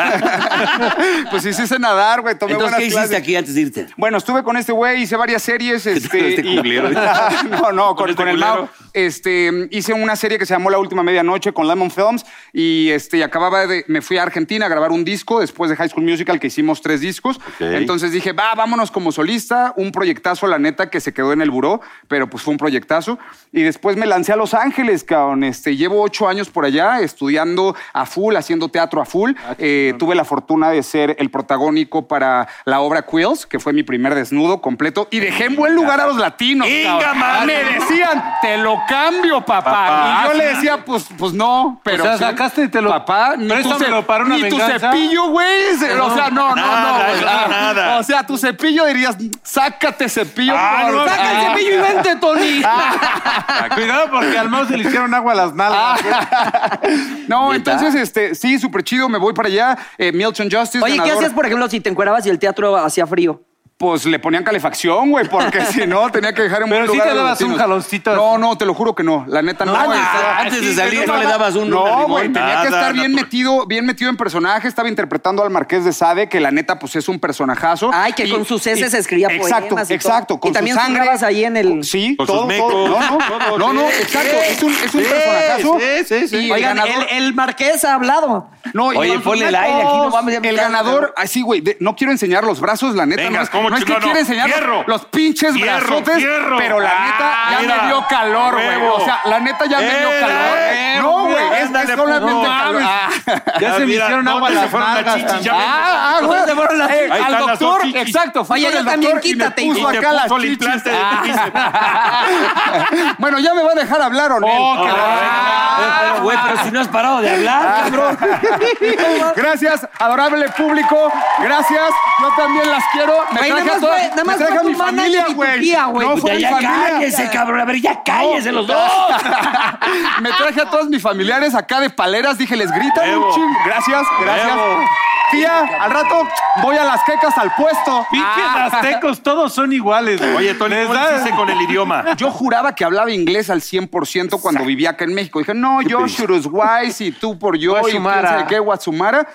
[SPEAKER 7] Ah. pues sí, sí sé nadar, güey. Tomé
[SPEAKER 3] Entonces,
[SPEAKER 7] buenas
[SPEAKER 3] ¿qué hiciste
[SPEAKER 7] clases.
[SPEAKER 3] aquí antes de irte?
[SPEAKER 7] Bueno, estuve con este güey, hice varias series. Este,
[SPEAKER 3] este
[SPEAKER 7] y-
[SPEAKER 3] culero.
[SPEAKER 7] no, no, con,
[SPEAKER 4] este
[SPEAKER 7] con el
[SPEAKER 4] culero.
[SPEAKER 7] Mau. Este, hice una serie que se llamó La Última Medianoche con Lemon Films y este, y acababa de, me fui a Argentina a grabar un disco después de High School Musical que hicimos tres discos. Entonces dije, va, vámonos como solista, un proyectazo, la neta, que se quedó en el buró, pero pues fue un proyectazo. Y después me lancé a Los Ángeles, cabrón. Este, llevo ocho años por allá estudiando a full, haciendo teatro a full. Eh, tuve la fortuna de ser el protagónico para la obra Quills, que fue mi primer desnudo completo y dejé en buen lugar a los latinos.
[SPEAKER 4] Inga
[SPEAKER 7] cabrón.
[SPEAKER 4] madre.
[SPEAKER 7] Me decían, te lo cambio, papá.
[SPEAKER 4] Papá,
[SPEAKER 7] y yo
[SPEAKER 4] sí.
[SPEAKER 7] le decía, pues, pues no, pero.
[SPEAKER 5] O sea,
[SPEAKER 7] sí.
[SPEAKER 5] sacaste y te lo-
[SPEAKER 7] Papá, ni tu,
[SPEAKER 5] préstamelo
[SPEAKER 7] ce-
[SPEAKER 5] para una
[SPEAKER 7] ni tu
[SPEAKER 5] venganza.
[SPEAKER 7] cepillo, güey. se- O sea, no, no,
[SPEAKER 4] Nada,
[SPEAKER 7] no. güey.
[SPEAKER 4] eso nada.
[SPEAKER 7] O sea, tu cepillo dirías, sácate cepillo.
[SPEAKER 4] Ah,
[SPEAKER 7] por-
[SPEAKER 4] no,
[SPEAKER 2] Saca el
[SPEAKER 7] Ah.
[SPEAKER 2] cepillo y vente, Tony.
[SPEAKER 3] Ah,
[SPEAKER 5] Cuidado porque al Ah, mouse se le hicieron agua a las
[SPEAKER 7] Ah,
[SPEAKER 5] nalgas.
[SPEAKER 7] No, entonces, este, sí, súper chido, me voy para allá. Eh, Milton Justice.
[SPEAKER 2] Oye, ¿qué
[SPEAKER 7] ganador.
[SPEAKER 2] hacías, por ejemplo, si te encuerabas y el teatro hacía frío?
[SPEAKER 7] pues le ponían calefacción, güey, porque si no tenía que dejar en
[SPEAKER 5] Pero
[SPEAKER 7] buen
[SPEAKER 5] sí
[SPEAKER 7] lugar
[SPEAKER 5] te
[SPEAKER 7] a los
[SPEAKER 5] dabas un
[SPEAKER 7] vecinos.
[SPEAKER 5] jaloncito.
[SPEAKER 7] No, no, te lo juro que no. La neta no. güey.
[SPEAKER 3] Ah, antes de salir no le dabas un
[SPEAKER 7] No,
[SPEAKER 3] limón,
[SPEAKER 7] güey, tenía
[SPEAKER 3] nada,
[SPEAKER 7] que estar bien
[SPEAKER 3] natural.
[SPEAKER 7] metido, bien metido en personaje. Estaba interpretando al Marqués de Sade, que la neta, pues es un personajazo.
[SPEAKER 2] Ay, que
[SPEAKER 7] Y-
[SPEAKER 2] con sus heces
[SPEAKER 7] y-
[SPEAKER 2] escribía
[SPEAKER 7] Exacto,
[SPEAKER 2] poemas y
[SPEAKER 7] exacto.
[SPEAKER 2] todo.
[SPEAKER 7] Con
[SPEAKER 2] Y
[SPEAKER 7] su
[SPEAKER 2] también
[SPEAKER 7] sangre.
[SPEAKER 2] sangrabas ahí en el- Ah,
[SPEAKER 7] Sí,
[SPEAKER 4] Con
[SPEAKER 7] todo,
[SPEAKER 4] sus
[SPEAKER 7] todo.
[SPEAKER 4] mecos.
[SPEAKER 7] No, no, no, no, exacto. Es un, es un personajazo. Y el
[SPEAKER 2] Oigan,
[SPEAKER 7] ganador-
[SPEAKER 2] el, el Marqués ha hablado.
[SPEAKER 7] no, y
[SPEAKER 3] Oye,
[SPEAKER 7] los
[SPEAKER 3] ponle el
[SPEAKER 7] mecos.
[SPEAKER 3] aire aquí, no mames, ya me
[SPEAKER 7] El
[SPEAKER 3] está-
[SPEAKER 7] ganador, así, güey, de- no quiero enseñar los brazos, la neta.
[SPEAKER 4] Venga,
[SPEAKER 7] no es,
[SPEAKER 4] ¿cómo
[SPEAKER 7] no es que
[SPEAKER 4] chingado no?
[SPEAKER 7] quiera enseñar
[SPEAKER 4] Hierro.
[SPEAKER 7] los pinches
[SPEAKER 4] Hierro,
[SPEAKER 7] brazotes,
[SPEAKER 4] hierro.
[SPEAKER 7] pero la neta
[SPEAKER 4] Ah,
[SPEAKER 7] ya
[SPEAKER 4] mira.
[SPEAKER 7] me dio calor, güey.
[SPEAKER 4] Huevo.
[SPEAKER 7] O sea, la neta ya me dio
[SPEAKER 4] Eh,
[SPEAKER 7] calor.
[SPEAKER 4] eh,
[SPEAKER 7] No,
[SPEAKER 4] hombre,
[SPEAKER 7] güey, es- es
[SPEAKER 4] ándale,
[SPEAKER 7] solamente
[SPEAKER 4] no
[SPEAKER 7] calor.
[SPEAKER 4] mames.
[SPEAKER 7] Ah,
[SPEAKER 5] Ya se me
[SPEAKER 4] mira,
[SPEAKER 5] hicieron
[SPEAKER 4] ¿dónde
[SPEAKER 5] agua
[SPEAKER 4] se
[SPEAKER 5] las
[SPEAKER 4] fueron las
[SPEAKER 5] nalgas
[SPEAKER 4] chichis?
[SPEAKER 5] también.
[SPEAKER 4] Ya ven.
[SPEAKER 7] Ah, ah, güey.
[SPEAKER 2] ¿Dónde fueron las-
[SPEAKER 7] Eh,
[SPEAKER 4] Ahí
[SPEAKER 7] al
[SPEAKER 4] están las
[SPEAKER 7] doctor,
[SPEAKER 4] dos chichis.
[SPEAKER 7] exacto, fue
[SPEAKER 2] Oye,
[SPEAKER 7] con
[SPEAKER 2] yo
[SPEAKER 7] el
[SPEAKER 2] también,
[SPEAKER 7] doctor y me
[SPEAKER 2] quítate.
[SPEAKER 7] puso
[SPEAKER 4] Y te
[SPEAKER 7] ah, acá las
[SPEAKER 4] puso el
[SPEAKER 7] chichis.
[SPEAKER 4] implante de
[SPEAKER 7] Ah.
[SPEAKER 4] bíceps.
[SPEAKER 7] Bueno, ya me va a dejar hablar, Onel.
[SPEAKER 4] Oh,
[SPEAKER 7] Ah.
[SPEAKER 3] Pero, Güey, pero si no has parado de hablar, cabrón.
[SPEAKER 7] Gracias, adorable público. Gracias. Yo también las quiero. Me
[SPEAKER 2] Güey,
[SPEAKER 7] traje
[SPEAKER 2] nada
[SPEAKER 7] a
[SPEAKER 2] más
[SPEAKER 7] todas.
[SPEAKER 2] fue- nada
[SPEAKER 7] me
[SPEAKER 2] más
[SPEAKER 7] traje
[SPEAKER 2] fue
[SPEAKER 7] a
[SPEAKER 2] tu
[SPEAKER 7] mi
[SPEAKER 2] manager
[SPEAKER 7] familia,
[SPEAKER 2] y tu
[SPEAKER 7] güey.
[SPEAKER 2] tía, güey.
[SPEAKER 7] No, pues,
[SPEAKER 2] Puta,
[SPEAKER 7] fue mi
[SPEAKER 3] Ya
[SPEAKER 7] familia.
[SPEAKER 3] cállese, cabrón. A ver, ya cállese los dos.
[SPEAKER 7] Me traje a todos mis familiares acá de paleras. Dije, les gritan un
[SPEAKER 4] Huevo.
[SPEAKER 7] chingo. Gracias, gracias.
[SPEAKER 4] Huevo.
[SPEAKER 7] Tía, al rato voy a las quecas al puesto.
[SPEAKER 5] Pinches aztecos, todos son iguales. güey.
[SPEAKER 4] Oye, Tony,
[SPEAKER 5] Les
[SPEAKER 4] ¿cómo
[SPEAKER 5] da-
[SPEAKER 4] le hiciste con el idioma?
[SPEAKER 7] Yo juraba que hablaba inglés al 100% cuando vivía acá en México. Dije, no, yo Shuruswais y tú por yo y quién
[SPEAKER 5] Guasumara.
[SPEAKER 7] sabe qué, Guasumara.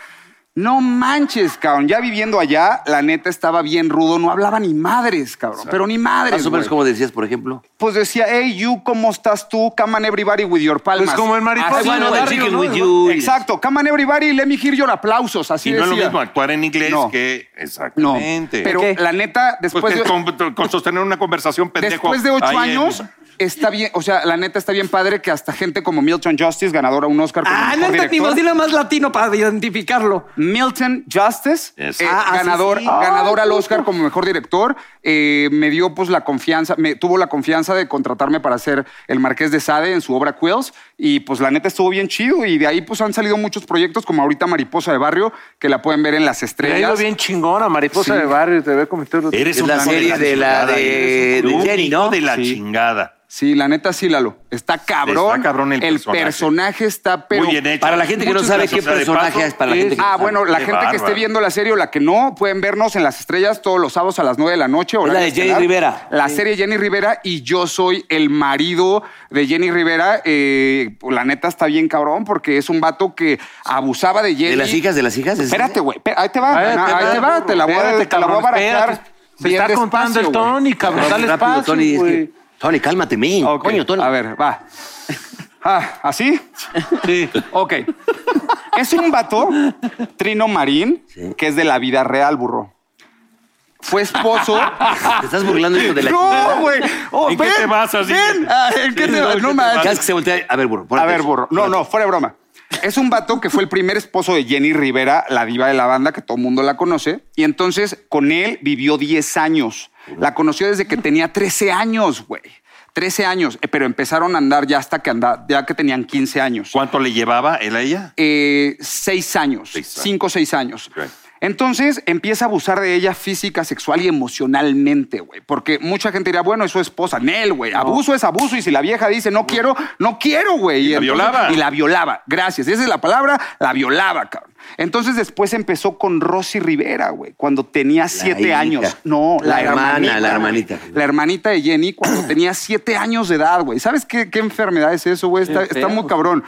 [SPEAKER 7] No manches, cabrón. Ya viviendo allá, la neta estaba bien rudo. No hablaba ni madres, cabrón. Pero ni madres,
[SPEAKER 3] Más o menos
[SPEAKER 7] güey.
[SPEAKER 3] como decías, por ejemplo.
[SPEAKER 7] Pues decía, hey, you, ¿cómo estás tú? Come on everybody with your palmas.
[SPEAKER 5] Pues como en Mariposa
[SPEAKER 7] Así,
[SPEAKER 5] del
[SPEAKER 7] güey.
[SPEAKER 5] Barrio,
[SPEAKER 3] chicken
[SPEAKER 5] ¿no?
[SPEAKER 3] with you.
[SPEAKER 7] Exacto. Come on everybody, let me hear your aplausos. Así
[SPEAKER 4] y no es lo
[SPEAKER 7] decía.
[SPEAKER 4] mismo actuar en inglés
[SPEAKER 7] No.
[SPEAKER 4] que.
[SPEAKER 7] No,
[SPEAKER 4] Exactamente.
[SPEAKER 7] pero
[SPEAKER 2] ¿Qué?
[SPEAKER 7] la neta,
[SPEAKER 4] Pues
[SPEAKER 7] después
[SPEAKER 4] que
[SPEAKER 7] de...
[SPEAKER 4] con, con sostener una conversación pendejo.
[SPEAKER 7] Después de ocho
[SPEAKER 4] ahí en-
[SPEAKER 7] años, está bien, o sea, la neta está bien padre que hasta gente como Milton Justice, ganadora un Oscar por
[SPEAKER 2] Ah, no
[SPEAKER 7] mejor
[SPEAKER 2] entendimos, dile
[SPEAKER 7] director.
[SPEAKER 2] más latino para identificarlo.
[SPEAKER 7] Milton Justice,
[SPEAKER 4] Yes.
[SPEAKER 7] eh,
[SPEAKER 2] Ah, ah, sí,
[SPEAKER 7] ganador,
[SPEAKER 2] sí.
[SPEAKER 7] ganador al Oscar como mejor director, eh, me dio pues la confianza, me tuvo la confianza de contratarme para ser el Marqués de Sade en su obra Quills y pues la neta estuvo bien chido y de ahí pues han salido muchos proyectos como ahorita Mariposa de Barrio que la pueden ver en las
[SPEAKER 5] Te ha ido
[SPEAKER 7] estrellas.
[SPEAKER 5] bien chingona, mariposa
[SPEAKER 7] Sí.
[SPEAKER 5] de barrio, te veo como todos los-
[SPEAKER 4] Eres
[SPEAKER 3] Es
[SPEAKER 4] un
[SPEAKER 3] la
[SPEAKER 4] hijo
[SPEAKER 3] serie de la
[SPEAKER 4] chingada,
[SPEAKER 3] de-
[SPEAKER 4] eres un
[SPEAKER 3] de
[SPEAKER 4] hijo
[SPEAKER 3] Jerry, ¿no?
[SPEAKER 4] de la
[SPEAKER 3] Sí.
[SPEAKER 4] chingada.
[SPEAKER 7] Sí, la neta sí, Lalo. Está cabrón.
[SPEAKER 4] Está cabrón el personaje.
[SPEAKER 7] personaje está pero
[SPEAKER 4] Muy bien hecho.
[SPEAKER 3] Para la gente que no
[SPEAKER 4] Muchas
[SPEAKER 3] sabe
[SPEAKER 4] gracias.
[SPEAKER 3] qué
[SPEAKER 4] O sea, de
[SPEAKER 3] personaje
[SPEAKER 4] paso, eh,
[SPEAKER 3] es, para la gente que
[SPEAKER 7] Ah,
[SPEAKER 3] no
[SPEAKER 7] bueno, la
[SPEAKER 4] Qué
[SPEAKER 7] gente que esté
[SPEAKER 4] bárbaro.
[SPEAKER 7] viendo la serie o la que no, pueden vernos en las estrellas todos los sábados a las 9 de la noche.
[SPEAKER 3] la
[SPEAKER 7] horario
[SPEAKER 3] de Jenny
[SPEAKER 7] estelar.
[SPEAKER 3] Rivera.
[SPEAKER 7] La serie Jenny Rivera y yo soy el marido de Jenny Rivera. Eh, la neta está bien cabrón porque es un vato que abusaba de Jenny.
[SPEAKER 3] ¿De las hijas? ¿De las hijas? ¿Es-
[SPEAKER 7] Espérate, güey. pe- Ahí te va.
[SPEAKER 5] Ahí
[SPEAKER 7] na-
[SPEAKER 5] te
[SPEAKER 7] Ahí
[SPEAKER 5] va,
[SPEAKER 7] te va. Te la voy a
[SPEAKER 5] espérate,
[SPEAKER 7] te la voy a
[SPEAKER 5] cabrón,
[SPEAKER 7] barajar.
[SPEAKER 5] espérate. Se
[SPEAKER 7] bien
[SPEAKER 5] está contando
[SPEAKER 7] despacio,
[SPEAKER 5] el
[SPEAKER 7] güey.
[SPEAKER 5] Tony, cabrón. Dale
[SPEAKER 3] Rápido,
[SPEAKER 5] espacio,
[SPEAKER 3] Tony, es que-
[SPEAKER 5] güey.
[SPEAKER 3] Tony, cálmate, men.
[SPEAKER 7] Ok,
[SPEAKER 3] Coño, Tony.
[SPEAKER 7] A ver, va. Ah, ¿Así?
[SPEAKER 5] Sí.
[SPEAKER 7] Ok. Es un vato, Trino Marín, que es de la vida real, burro. Fue esposo.
[SPEAKER 3] Te estás burlando hijo de la
[SPEAKER 7] ¡No,
[SPEAKER 3] chingada.
[SPEAKER 7] güey! Oh,
[SPEAKER 4] ¿En qué
[SPEAKER 7] ven,
[SPEAKER 4] te basas,
[SPEAKER 7] ven.
[SPEAKER 4] dije?
[SPEAKER 7] Ah, ¿En qué te
[SPEAKER 4] no,
[SPEAKER 7] vas?
[SPEAKER 4] ¿en qué
[SPEAKER 7] No
[SPEAKER 4] te
[SPEAKER 7] manches.
[SPEAKER 3] ¿Qué haces que se voltea? A ver, burro.
[SPEAKER 7] A
[SPEAKER 3] ponete
[SPEAKER 7] ver,
[SPEAKER 3] eso.
[SPEAKER 7] burro. No, no, fuera de broma. Es un vato que fue el primer esposo de Jenny Rivera, la diva de la banda, que todo el mundo la conoce. Y entonces con él vivió 10 años. La conoció desde que tenía 13 años, güey. 13 años. Eh, Pero empezaron a andar ya hasta que andaba, ya que tenían 15 años.
[SPEAKER 4] ¿Cuánto le llevaba él a ella?
[SPEAKER 7] Eh, seis años,
[SPEAKER 4] Seis años.
[SPEAKER 7] cinco o seis años.
[SPEAKER 4] Ok.
[SPEAKER 7] Entonces empieza a abusar de ella física, sexual y emocionalmente, güey. Porque mucha gente dirá, bueno, es su esposa, Nel, güey. Abuso es abuso. Y si la vieja dice, no quiero, no quiero, güey. Y
[SPEAKER 4] la violaba.
[SPEAKER 7] Y la violaba. Gracias. Esa es la palabra, la violaba, cabrón. Entonces después empezó con Rosy Rivera, güey, cuando tenía siete
[SPEAKER 3] hija.
[SPEAKER 7] años. No, la,
[SPEAKER 3] La hermana,
[SPEAKER 7] hermanita,
[SPEAKER 3] la
[SPEAKER 7] güey.
[SPEAKER 3] hermanita.
[SPEAKER 7] La hermanita de Jenny cuando tenía siete años de edad, güey. ¿Sabes qué, qué enfermedad es eso, güey? Está, está muy cabrón.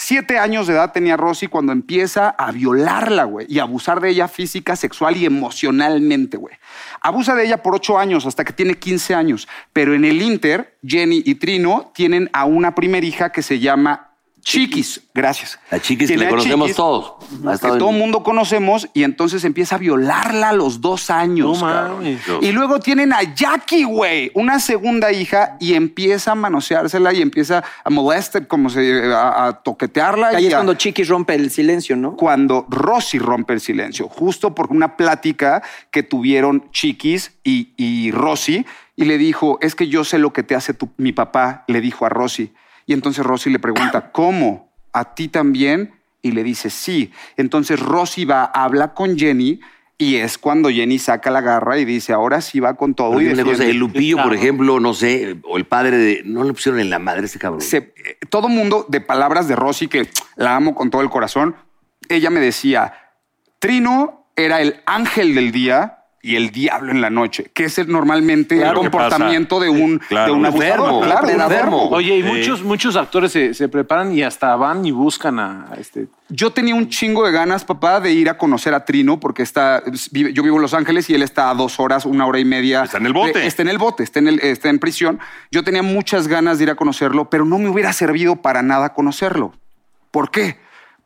[SPEAKER 7] Siete años de edad tenía Rosy cuando empieza a violarla, güey, y abusar de ella física, sexual y emocionalmente, güey. Abusa de ella por ocho años hasta que tiene 15 años. Pero en el Inter, Jenny y Trino tienen a una primer hija que se llama Chiquis. Gracias.
[SPEAKER 3] La chiquis que
[SPEAKER 7] Tiene
[SPEAKER 3] la
[SPEAKER 7] a
[SPEAKER 3] conocemos
[SPEAKER 7] Chiquis,
[SPEAKER 3] todos. Ha
[SPEAKER 7] que
[SPEAKER 3] estado en-
[SPEAKER 7] todo el mundo conocemos y entonces empieza a violarla a los dos años.
[SPEAKER 5] No
[SPEAKER 7] cabrón.
[SPEAKER 5] mames.
[SPEAKER 7] Y luego tienen a Jackie, güey, una segunda hija y empieza a manoseársela y empieza a molestar, como se, a, a toquetearla.
[SPEAKER 2] Ahí
[SPEAKER 7] y
[SPEAKER 2] es
[SPEAKER 7] a-
[SPEAKER 2] cuando Chiquis rompe el silencio, ¿no?
[SPEAKER 7] cuando Rosy rompe el silencio, justo por una plática que tuvieron Chiquis y, y Rosy, y le dijo, es que yo sé lo que te hace tu- mi papá, le dijo a Rosy. Y entonces Rosy le pregunta, ¿cómo? ¿A ti también? Y le dice, sí. Entonces Rosy va, habla con Jenny, y es cuando Jenny saca la garra y dice, ahora sí va con todo.
[SPEAKER 3] Pero
[SPEAKER 7] y
[SPEAKER 3] dime una cosa,
[SPEAKER 7] defiende".
[SPEAKER 3] el Lupillo, por ejemplo, no sé, o el padre de. No le pusieron en la madre a este cabrón.
[SPEAKER 7] se- eh, todo mundo de palabras de Rosy, que la amo con todo el corazón, ella me decía, Trino era el ángel del día y el diablo en la noche, que es el, normalmente
[SPEAKER 4] Claro,
[SPEAKER 7] el
[SPEAKER 4] ¿qué pasa?
[SPEAKER 7] comportamiento de un,
[SPEAKER 4] Claro,
[SPEAKER 7] de un
[SPEAKER 4] un
[SPEAKER 7] abusador.
[SPEAKER 4] enfermo,
[SPEAKER 7] Claro,
[SPEAKER 4] un
[SPEAKER 7] un
[SPEAKER 4] enfermo.
[SPEAKER 7] enfermo.
[SPEAKER 5] Oye, y
[SPEAKER 4] Sí.
[SPEAKER 5] muchos, muchos actores se, se preparan y hasta van y buscan a, a este.
[SPEAKER 7] Yo tenía un chingo de ganas, papá, de ir a conocer a Trino, porque está, es- vive- yo vivo en Los Ángeles y él está a dos horas, una hora y media.
[SPEAKER 4] Está en el bote.
[SPEAKER 7] De- está en el bote, está en, el- está en prisión. Yo tenía muchas ganas de ir a conocerlo, pero no me hubiera servido para nada conocerlo. ¿Por qué?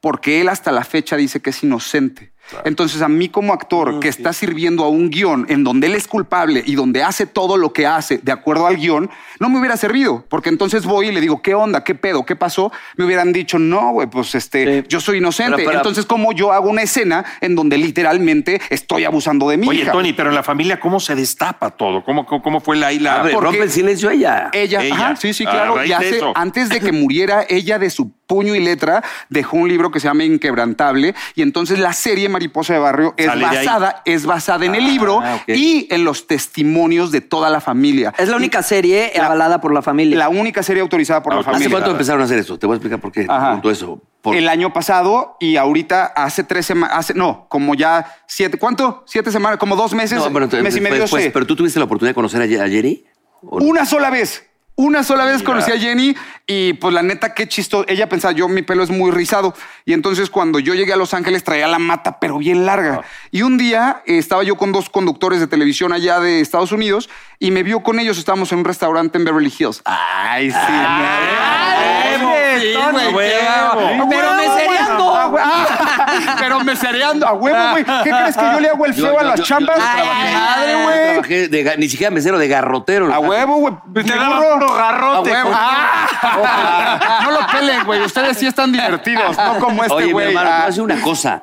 [SPEAKER 7] Porque él hasta la fecha dice que es inocente. Entonces a mí como actor que está sirviendo a un guión en donde él es culpable y donde hace todo lo que hace de acuerdo al guión, no me hubiera servido, porque entonces voy y le digo, ¿qué onda? ¿Qué pedo? ¿Qué pasó? Me hubieran dicho, no, güey, pues este,
[SPEAKER 5] Sí.
[SPEAKER 7] yo soy inocente.
[SPEAKER 3] Pero, pero-
[SPEAKER 7] entonces, ¿cómo yo hago una escena en donde literalmente estoy abusando de mi
[SPEAKER 4] Oye,
[SPEAKER 7] hija?
[SPEAKER 4] Tony, pero en la familia, ¿cómo se destapa todo? ¿Cómo, cómo, cómo fue la isla?
[SPEAKER 3] Abre,
[SPEAKER 7] porque-
[SPEAKER 3] rompe el silencio ella.
[SPEAKER 7] Ella,
[SPEAKER 4] Ella.
[SPEAKER 7] ajá, sí, sí,
[SPEAKER 4] A
[SPEAKER 7] claro.
[SPEAKER 4] raíz
[SPEAKER 7] Y
[SPEAKER 4] de
[SPEAKER 7] hace-
[SPEAKER 4] eso.
[SPEAKER 7] antes de que muriera, ella de su puño y letra dejó un libro que se llama Inquebrantable. Y entonces la serie Mariposa de Barrio es
[SPEAKER 4] Sale de ahí. Ah,
[SPEAKER 7] basada, es basada en el libro
[SPEAKER 3] ok.
[SPEAKER 7] y en los testimonios de toda la familia.
[SPEAKER 2] Es la única serie avalada por la familia.
[SPEAKER 7] La única serie autorizada
[SPEAKER 4] Ah,
[SPEAKER 7] por la
[SPEAKER 3] ¿Hace
[SPEAKER 7] familia.
[SPEAKER 3] cuánto empezaron a hacer eso? Te voy a explicar por qué.
[SPEAKER 7] Ajá.
[SPEAKER 3] Punto eso. Por-
[SPEAKER 7] El año pasado y ahorita hace tres semanas, hace, no, como ya siete, ¿cuánto? Siete semanas, como dos meses,
[SPEAKER 3] No, bueno, entonces,
[SPEAKER 7] mes y medio.
[SPEAKER 3] pues, pues,
[SPEAKER 7] se-
[SPEAKER 3] pero tú tuviste la oportunidad de conocer a, Ye- a Jenny. ¿O no?
[SPEAKER 7] Una sola vez. Una sola vez conocí a Jenny y pues la neta qué chistoso. Ella pensaba, yo mi pelo es muy rizado. Y entonces cuando yo llegué a Los Ángeles traía la mata pero bien larga. Y un día eh, estaba yo con dos conductores de televisión allá de Estados Unidos y me vio con ellos, estábamos en un restaurante en Beverly Hills. Ay, sí.
[SPEAKER 3] Ah,
[SPEAKER 2] ¡Ay,
[SPEAKER 7] me-
[SPEAKER 2] güey,
[SPEAKER 7] sí, güey,
[SPEAKER 2] huevo!
[SPEAKER 7] qué-
[SPEAKER 2] Pero
[SPEAKER 7] ¡A huevo, güey!
[SPEAKER 2] mesereando.
[SPEAKER 7] ¡A hue- ah, Pero mesereando, a huevo, güey. ¿Qué crees que yo le hago el
[SPEAKER 3] Ah, Yo-
[SPEAKER 7] feo a
[SPEAKER 3] yo-
[SPEAKER 7] las
[SPEAKER 3] yo-
[SPEAKER 7] chambas?
[SPEAKER 3] yo
[SPEAKER 2] ay,
[SPEAKER 3] trabajé-
[SPEAKER 7] Madre, güey.
[SPEAKER 3] trabajé de ga- ni siquiera mesero, de garrotero.
[SPEAKER 7] A huevo, güey. Pues
[SPEAKER 5] Te
[SPEAKER 7] Mi
[SPEAKER 5] daba
[SPEAKER 7] burro.
[SPEAKER 5] puro garrote,
[SPEAKER 7] A huevo.
[SPEAKER 5] güey.
[SPEAKER 7] Ah. No lo peleen, güey. Ustedes sí están divertidos, no como este
[SPEAKER 3] Oye, mi
[SPEAKER 7] güey.
[SPEAKER 3] hermano, te voy a
[SPEAKER 7] Ah.
[SPEAKER 3] decir una cosa.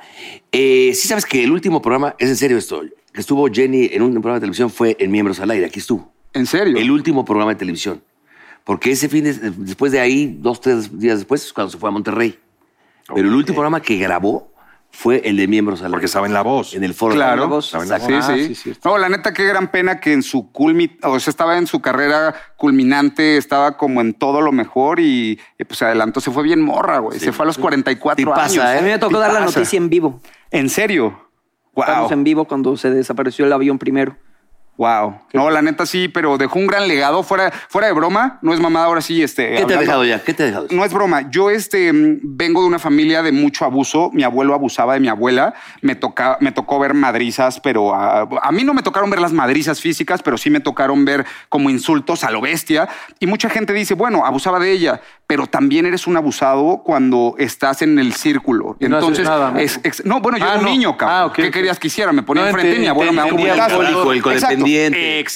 [SPEAKER 3] Eh, sí sabes que el último programa, es en serio esto, que estuvo Jenny en un programa de televisión fue en Miembros al Aire. Aquí estuvo.
[SPEAKER 7] ¿En serio?
[SPEAKER 3] El último programa de televisión. Porque ese fin, de- después de ahí, dos, tres días después, es cuando se fue a Monterrey. Pero el último programa que grabó fue el de Miembros al Aire.
[SPEAKER 4] Porque saben la voz.
[SPEAKER 3] En el foro.
[SPEAKER 7] Claro.
[SPEAKER 3] Saben la voz.
[SPEAKER 7] Sí, sí. no, la neta, qué gran pena que en su culmi... O sea, estaba en su carrera culminante, estaba como en todo lo mejor y eh, pues se adelantó. Se fue bien morra, güey. se fue a los 44
[SPEAKER 3] Sí pasa,
[SPEAKER 7] años.
[SPEAKER 3] ¿eh?
[SPEAKER 2] A mí me tocó
[SPEAKER 7] Sí
[SPEAKER 2] dar la
[SPEAKER 7] pasa.
[SPEAKER 2] noticia en vivo.
[SPEAKER 7] ¿En serio?
[SPEAKER 2] Estamos
[SPEAKER 7] Wow.
[SPEAKER 2] en vivo cuando se desapareció el avión primero.
[SPEAKER 7] Wow. No, la neta sí, pero dejó un gran legado. Fuera, fuera de broma, no es mamada ahora sí. Este,
[SPEAKER 3] ¿Qué te ha
[SPEAKER 7] hablando-
[SPEAKER 3] dejado ya? ¿Qué te ha dejado?
[SPEAKER 7] No es broma. Yo este, mm, vengo de una familia de mucho abuso. Mi abuelo abusaba de mi abuela. Me, toca, me tocó ver madrizas, pero a, a mí no me tocaron ver las madrizas físicas, pero sí me tocaron ver como insultos a lo bestia. Y mucha gente dice, bueno, abusaba de ella, pero también eres un abusado cuando estás en el círculo.
[SPEAKER 5] Y no haces
[SPEAKER 7] Entonces,
[SPEAKER 5] nada, ¿no?
[SPEAKER 7] es- ex- no, bueno, yo
[SPEAKER 5] Ah,
[SPEAKER 7] era un
[SPEAKER 5] no.
[SPEAKER 7] niño, cabrón.
[SPEAKER 5] Ah, ok,
[SPEAKER 7] ¿Qué
[SPEAKER 5] ok.
[SPEAKER 7] querías que hiciera? Me ponía
[SPEAKER 5] No,
[SPEAKER 7] enfrente y
[SPEAKER 5] ente-
[SPEAKER 7] mi abuelo me daba un
[SPEAKER 3] entendía el
[SPEAKER 7] putazo.
[SPEAKER 3] alcohólico, el codependiente.
[SPEAKER 7] Exacto.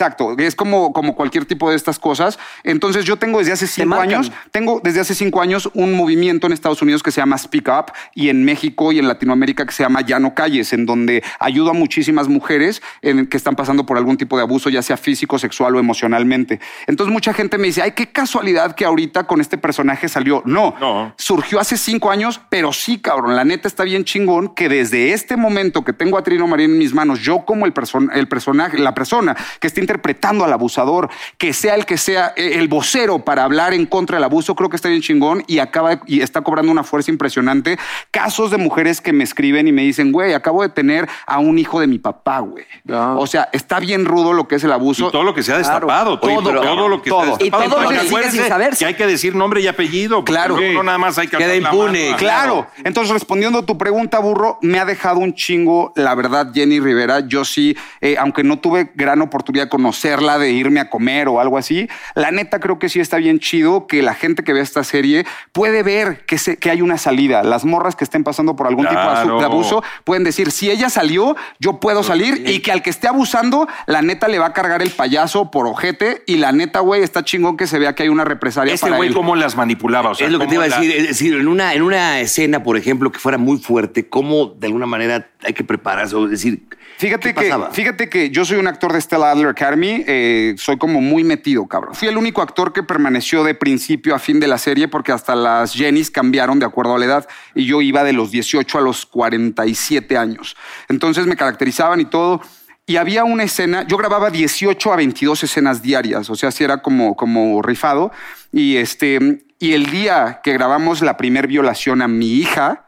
[SPEAKER 7] Exacto. Es como, como cualquier tipo de estas cosas. Entonces, yo tengo desde hace cinco
[SPEAKER 2] marcan.
[SPEAKER 7] años tengo desde hace cinco años un movimiento en Estados Unidos que se llama Speak Up y en México y en Latinoamérica que se llama Ya no calles, en donde ayudo a muchísimas mujeres en- que están pasando por algún tipo de abuso, ya sea físico, sexual o emocionalmente. Entonces mucha gente me dice, ay, qué casualidad que ahorita con este personaje salió. No,
[SPEAKER 4] No.
[SPEAKER 7] surgió hace cinco años, pero sí, cabrón, la neta está bien chingón que desde este momento que tengo a Trino Marín en mis manos, yo como el, person- el personaje, la persona que está interpretando al abusador, que sea el que sea eh, el vocero para hablar en contra del abuso, creo que está bien chingón y acaba y está cobrando una fuerza impresionante. Casos de mujeres que me escriben y me dicen, güey, acabo de tener a un hijo de mi papá, güey.
[SPEAKER 5] Ah.
[SPEAKER 7] O sea, está bien rudo lo que es el abuso.
[SPEAKER 4] Y todo lo que se ha
[SPEAKER 2] Claro.
[SPEAKER 4] destapado, todo,
[SPEAKER 3] Oye, pero-
[SPEAKER 4] todo lo que
[SPEAKER 7] todo.
[SPEAKER 4] se ha
[SPEAKER 7] Y
[SPEAKER 4] destapado.
[SPEAKER 2] todo lo que
[SPEAKER 4] Entonces,
[SPEAKER 2] sigue sin
[SPEAKER 4] acuérdense
[SPEAKER 2] saberse.
[SPEAKER 4] Que hay que decir nombre y apellido. porque
[SPEAKER 7] Claro.
[SPEAKER 4] luego No, nada más hay que
[SPEAKER 3] Queda
[SPEAKER 4] alzar la
[SPEAKER 3] impune,
[SPEAKER 4] mano.
[SPEAKER 7] Claro. Entonces, respondiendo a tu pregunta, burro, me ha dejado un chingo, la verdad, Jenny Rivera. Yo sí, eh, aunque no tuve gran oportunidad de conocerla, de irme a comer o algo así, la neta creo que sí está bien chido que la gente que vea esta serie puede ver que, se- que hay una salida. Las morras que estén pasando por algún tipo
[SPEAKER 4] Claro.
[SPEAKER 7] de asu- de abuso pueden decir, si ella salió, yo puedo salir y que al que esté abusando, la neta le va a cargar el payaso por ojete y la neta, güey, está chingón que se vea que hay una represalia
[SPEAKER 4] Este
[SPEAKER 7] para
[SPEAKER 4] güey
[SPEAKER 7] él.
[SPEAKER 4] cómo las manipulaba. O sea,
[SPEAKER 3] es lo que te iba
[SPEAKER 4] cómo
[SPEAKER 3] a
[SPEAKER 4] la-
[SPEAKER 3] decir. Es decir, en una, en una escena, por ejemplo, que fuera muy fuerte, ¿cómo de alguna manera hay que prepararse? O decir,
[SPEAKER 7] Fíjate
[SPEAKER 3] ¿qué
[SPEAKER 7] que,
[SPEAKER 3] pasaba?
[SPEAKER 7] fíjate que yo soy un actor de Stella Adler Academy, eh, soy como muy metido, cabrón. Fui el único actor que permaneció de principio a fin de la serie porque hasta las Jennys cambiaron de acuerdo a la edad y yo iba de los 18 a los 47 años. Entonces me caracterizaban y todo. Y había una escena, yo grababa 18 a 22 escenas diarias, o sea, si era como, como rifado. Y, este, y el día que grabamos la primer violación a mi hija,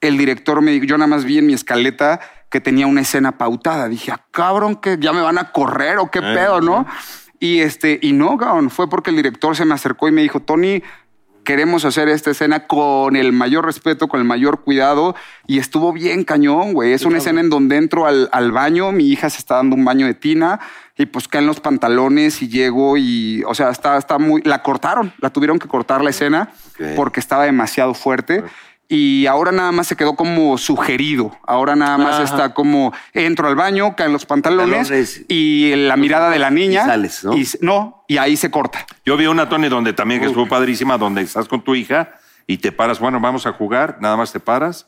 [SPEAKER 7] el director me dijo, yo nada más vi en mi escaleta que tenía una escena pautada. Dije, ah, cabrón, que ya me van a correr o qué pedo, ¿no? Y este, y no, cabrón, fue porque el director se me acercó y me dijo, Tony, queremos hacer esta escena con el mayor respeto, con el mayor cuidado. Y estuvo bien cañón, güey. Es una escena en donde entro al, al baño, mi hija se está dando un baño de tina y pues caen los pantalones y llego y, o sea, está, está muy... La cortaron, la tuvieron que cortar la escena
[SPEAKER 4] Ok.
[SPEAKER 7] porque estaba demasiado fuerte. Y ahora nada más se quedó como sugerido. Ahora nada más está como entro al baño, caen los pantalones
[SPEAKER 3] Pantalones.
[SPEAKER 7] y la mirada de la niña.
[SPEAKER 3] Y sales, ¿no?
[SPEAKER 7] y s- no, y ahí se corta.
[SPEAKER 4] Yo vi una, Tony, donde también que estuvo padrísima, donde estás con tu hija y te paras, bueno, vamos a jugar, nada más te paras,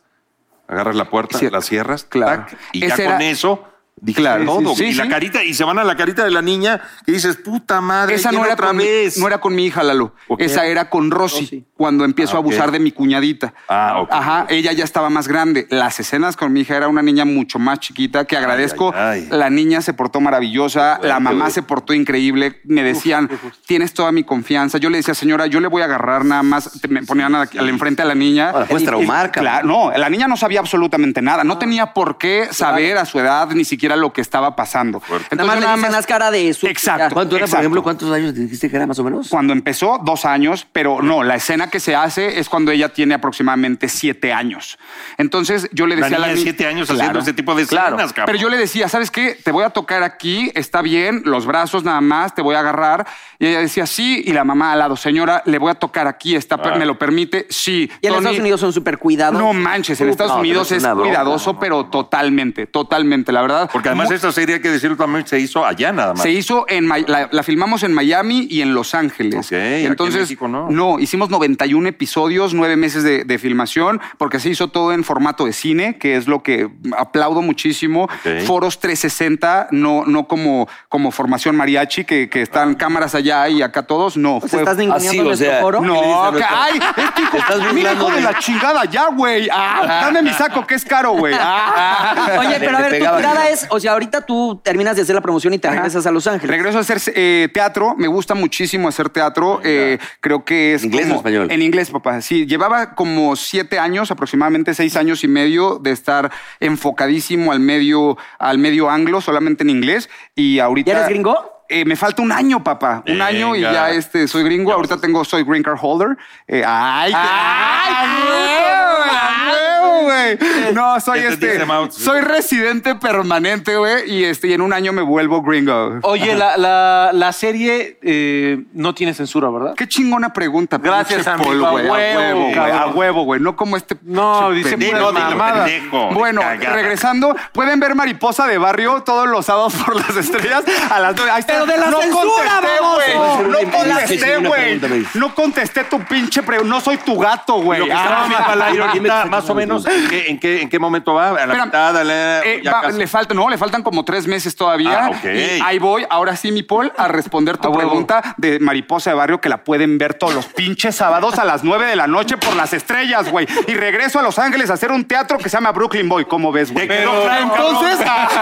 [SPEAKER 4] agarras la puerta,
[SPEAKER 7] Cier-
[SPEAKER 4] la cierras,
[SPEAKER 7] claro.
[SPEAKER 4] tac, y
[SPEAKER 7] Ese
[SPEAKER 4] ya
[SPEAKER 7] era-
[SPEAKER 4] con eso, dije
[SPEAKER 7] Claro.
[SPEAKER 4] todo.
[SPEAKER 7] Sí,
[SPEAKER 4] y
[SPEAKER 7] sí.
[SPEAKER 4] la carita, y se van a la carita de la niña y dices, puta madre,
[SPEAKER 7] Esa
[SPEAKER 4] ¿quién
[SPEAKER 7] no era,
[SPEAKER 4] otra
[SPEAKER 7] con mi,
[SPEAKER 4] vez.
[SPEAKER 7] no era con mi hija, Lalo.
[SPEAKER 4] Ok.
[SPEAKER 7] Esa era con Rosy, cuando empiezo
[SPEAKER 4] Ah,
[SPEAKER 7] a abusar
[SPEAKER 4] ok.
[SPEAKER 7] de mi cuñadita.
[SPEAKER 4] Ah, ok.
[SPEAKER 7] Ajá, ella ya estaba más grande. Las escenas con mi hija era una niña mucho más chiquita, que agradezco.
[SPEAKER 4] ay, ay.
[SPEAKER 7] La niña se portó maravillosa,
[SPEAKER 4] Bueno,
[SPEAKER 7] la mamá
[SPEAKER 4] güey.
[SPEAKER 7] se portó increíble. Me decían, tienes toda mi confianza. Yo le decía, señora, yo le voy a agarrar nada más. Te- Me ponían a- al enfrente a la niña.
[SPEAKER 4] Ah.
[SPEAKER 3] Ahora, puedes
[SPEAKER 7] Y- y-
[SPEAKER 3] Ah,
[SPEAKER 2] Ah,
[SPEAKER 3] traumar, cabrón.
[SPEAKER 7] Claro, no, la niña no sabía absolutamente nada. No tenía por qué saber a su edad ni siquiera lo que estaba pasando. Entonces,
[SPEAKER 2] nada más le
[SPEAKER 7] nada
[SPEAKER 2] dicen
[SPEAKER 7] más-
[SPEAKER 2] las cara de su.
[SPEAKER 7] Exacto.
[SPEAKER 3] ¿Cuánto era, por
[SPEAKER 7] Exacto.
[SPEAKER 3] ejemplo, cuántos años dijiste que era más o menos?
[SPEAKER 7] cuando empezó, dos años, pero no, la escena que se hace es cuando ella tiene aproximadamente siete años. Entonces yo le
[SPEAKER 4] La
[SPEAKER 7] decía
[SPEAKER 4] niña
[SPEAKER 7] a la
[SPEAKER 4] de
[SPEAKER 7] niña-
[SPEAKER 4] siete años
[SPEAKER 7] Claro.
[SPEAKER 4] haciendo ese tipo de escenas,
[SPEAKER 3] Claro,
[SPEAKER 4] cabrón.
[SPEAKER 7] Pero yo le decía, ¿sabes qué? Te voy a tocar aquí, está bien, los brazos nada más, te voy a agarrar. Y ella decía, sí, y la mamá al lado, señora, le voy a tocar aquí, está, per-
[SPEAKER 4] Ah.
[SPEAKER 7] ¿me lo permite? Sí.
[SPEAKER 2] Y en
[SPEAKER 7] Tony-
[SPEAKER 2] Estados Unidos son súper cuidados.
[SPEAKER 7] No manches, en
[SPEAKER 3] Uh,
[SPEAKER 7] Estados
[SPEAKER 3] no,
[SPEAKER 7] Unidos
[SPEAKER 3] pero es
[SPEAKER 7] es,
[SPEAKER 3] una bronca,
[SPEAKER 7] cuidadoso,
[SPEAKER 3] no,
[SPEAKER 7] pero totalmente, totalmente, la verdad.
[SPEAKER 4] Porque además esta serie, hay que decirlo también, se hizo allá nada más.
[SPEAKER 7] Se hizo en Ma- la, la filmamos en Miami y en Los Ángeles.
[SPEAKER 4] Ok, aquí en
[SPEAKER 7] Entonces,
[SPEAKER 4] México no.
[SPEAKER 7] hicimos 91 episodios, nueve meses de, de filmación, porque se hizo todo en formato de cine, que es lo que aplaudo muchísimo.
[SPEAKER 4] Ok.
[SPEAKER 7] Foros 360, no, no como, como formación mariachi, que, que están cámaras allá y acá todos. No,
[SPEAKER 2] Pues
[SPEAKER 7] fue-
[SPEAKER 2] estás ninguneando
[SPEAKER 3] Así, o
[SPEAKER 2] nuestro
[SPEAKER 3] sea,
[SPEAKER 2] foro.
[SPEAKER 3] ¿Qué le dices a
[SPEAKER 7] no,
[SPEAKER 3] nuestra-
[SPEAKER 7] ay, este hijo,
[SPEAKER 3] Te estás
[SPEAKER 7] mira,
[SPEAKER 3] burlando
[SPEAKER 7] hijo de
[SPEAKER 3] de-
[SPEAKER 7] la chingada ya, güey. Ah, dame mi saco que es caro, güey. Ah, ah.
[SPEAKER 2] Oye, pero a
[SPEAKER 3] Le
[SPEAKER 2] ver, tu
[SPEAKER 3] pegaba.
[SPEAKER 2] tirada es, o sea, ahorita tú terminas de hacer la promoción y te regresas a Los Ángeles.
[SPEAKER 7] Regreso a hacer eh, teatro, me gusta muchísimo hacer teatro, eh, creo que es...
[SPEAKER 3] ¿En inglés o
[SPEAKER 7] como-
[SPEAKER 3] en español?
[SPEAKER 7] En inglés, papá, sí. Llevaba como siete años, aproximadamente seis años y medio de estar enfocadísimo al medio, al medio anglo, solamente en inglés, y ahorita...
[SPEAKER 2] ¿Ya eres gringo?
[SPEAKER 7] Eh, me falta un año, papá. Un
[SPEAKER 4] Venga.
[SPEAKER 7] año y ya este, soy gringo. Ahorita tengo, soy green card holder. Eh, ¡Ay! qué- ¡Ay, huevo, güey! No, soy
[SPEAKER 4] Ya te
[SPEAKER 7] este.
[SPEAKER 4] dije, Mau.
[SPEAKER 7] Soy residente permanente, güey. Y este, y en un año me vuelvo gringo.
[SPEAKER 5] Oye, la, la- la serie eh, no tiene censura, ¿verdad?
[SPEAKER 7] Qué chingona pregunta.
[SPEAKER 5] Gracias,
[SPEAKER 7] pinche
[SPEAKER 5] amigo.
[SPEAKER 7] Paul,
[SPEAKER 5] A
[SPEAKER 7] güey. A
[SPEAKER 5] huevo,
[SPEAKER 7] huevo, güey. A
[SPEAKER 5] cabrón.
[SPEAKER 7] huevo, güey. No como este.
[SPEAKER 5] No,
[SPEAKER 7] pinche
[SPEAKER 5] dice
[SPEAKER 7] pendejo.
[SPEAKER 5] puras
[SPEAKER 4] Dilo, dilo,
[SPEAKER 5] mamadas.
[SPEAKER 4] pendejo, de
[SPEAKER 7] Bueno,
[SPEAKER 4] cagada.
[SPEAKER 7] regresando, pueden ver Mariposa de Barrio todos los sábados por las estrellas a las nueve. Ahí está.
[SPEAKER 2] Pero de la
[SPEAKER 7] no
[SPEAKER 2] censura,
[SPEAKER 7] contesté,
[SPEAKER 2] baboso.
[SPEAKER 7] güey. No
[SPEAKER 3] Imbécil,
[SPEAKER 7] contesté,
[SPEAKER 3] una
[SPEAKER 7] güey.
[SPEAKER 3] pregunta me dice.
[SPEAKER 7] No contesté tu pinche pregunta. No soy tu gato, güey.
[SPEAKER 4] Lo que
[SPEAKER 7] Ah,
[SPEAKER 4] estamos viendo al aire ahorita, más o menos, ¿en qué, en qué- en qué momento va? ¿A la
[SPEAKER 7] Espérame.
[SPEAKER 4] mitad? a la-
[SPEAKER 7] Eh,
[SPEAKER 4] ya
[SPEAKER 7] va-
[SPEAKER 4] casi.
[SPEAKER 7] le falta, no, le faltan como tres meses todavía.
[SPEAKER 4] Ah, ok.
[SPEAKER 7] Y ahí voy, ahora sí, mi Paul, a responder tu pregunta de mariposa de barrio que la pueden ver todos los pinches sábados a las nueve de la noche por las estrellas, güey. Y regreso a Los Ángeles a hacer un teatro que se llama Brooklyn Boy. ¿Cómo ves, güey?
[SPEAKER 4] Te quedó claro,
[SPEAKER 7] entonces.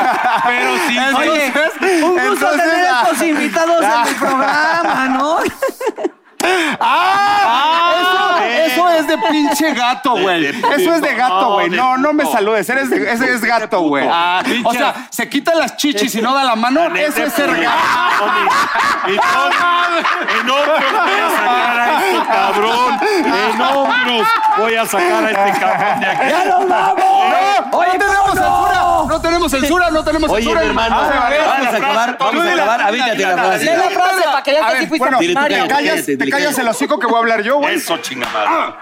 [SPEAKER 5] Pero sí.
[SPEAKER 2] Oye,
[SPEAKER 7] Entonces,
[SPEAKER 2] un gusto
[SPEAKER 7] entonces,
[SPEAKER 2] tener
[SPEAKER 7] ah.
[SPEAKER 2] estos invitados en el programa, ¿no?
[SPEAKER 7] ¡Ah! eso, eso es de pinche gato, güey.
[SPEAKER 4] de puto.
[SPEAKER 7] Eso es de gato,
[SPEAKER 4] No,
[SPEAKER 7] güey.
[SPEAKER 4] de
[SPEAKER 7] No, no me
[SPEAKER 4] puto.
[SPEAKER 7] saludes. Eres de- ese es gato, güey. Ah, o sea, se quita las chichis y no da la mano. Eso es ser gato.
[SPEAKER 4] En hombros, en hombros voy a sacar a este cabrón. En hombros voy a sacar a este cabrón de aquí.
[SPEAKER 7] No, no tenemos censura. No tenemos censura, no tenemos
[SPEAKER 3] Oye,
[SPEAKER 7] censura.
[SPEAKER 3] mi hermano,
[SPEAKER 7] Ah, se va a ver.
[SPEAKER 3] vamos a acabar,
[SPEAKER 7] Tú
[SPEAKER 3] vamos a
[SPEAKER 7] dile-
[SPEAKER 3] acabar. Avítate la
[SPEAKER 2] Lee la
[SPEAKER 3] frase.
[SPEAKER 2] frase para que vean
[SPEAKER 7] A
[SPEAKER 2] que sí
[SPEAKER 7] ver,
[SPEAKER 2] fuiste
[SPEAKER 7] bueno,
[SPEAKER 3] Dile tú,
[SPEAKER 7] te
[SPEAKER 2] primario.
[SPEAKER 3] cállate.
[SPEAKER 7] callas, te
[SPEAKER 3] dile,
[SPEAKER 7] callas
[SPEAKER 3] cállate.
[SPEAKER 7] el hocico que voy a hablar yo, güey.
[SPEAKER 4] Eso, chingamada.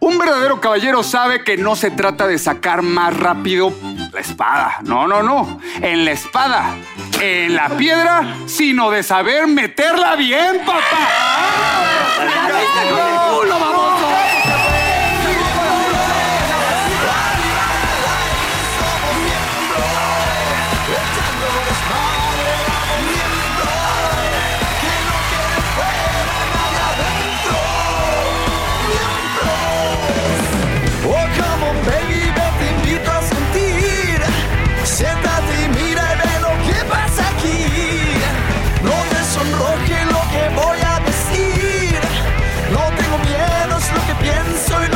[SPEAKER 7] Un verdadero caballero sabe que no se trata de sacar más rápido la espada. No, no, no. En la espada, en la piedra, sino de saber meterla bien, papá.
[SPEAKER 8] Oh, come on, baby, yo te invito a sentir. Siéntate y mira y ve lo que pasa aquí. No te sonroje lo que voy a decir. No tengo miedo, es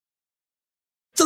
[SPEAKER 3] The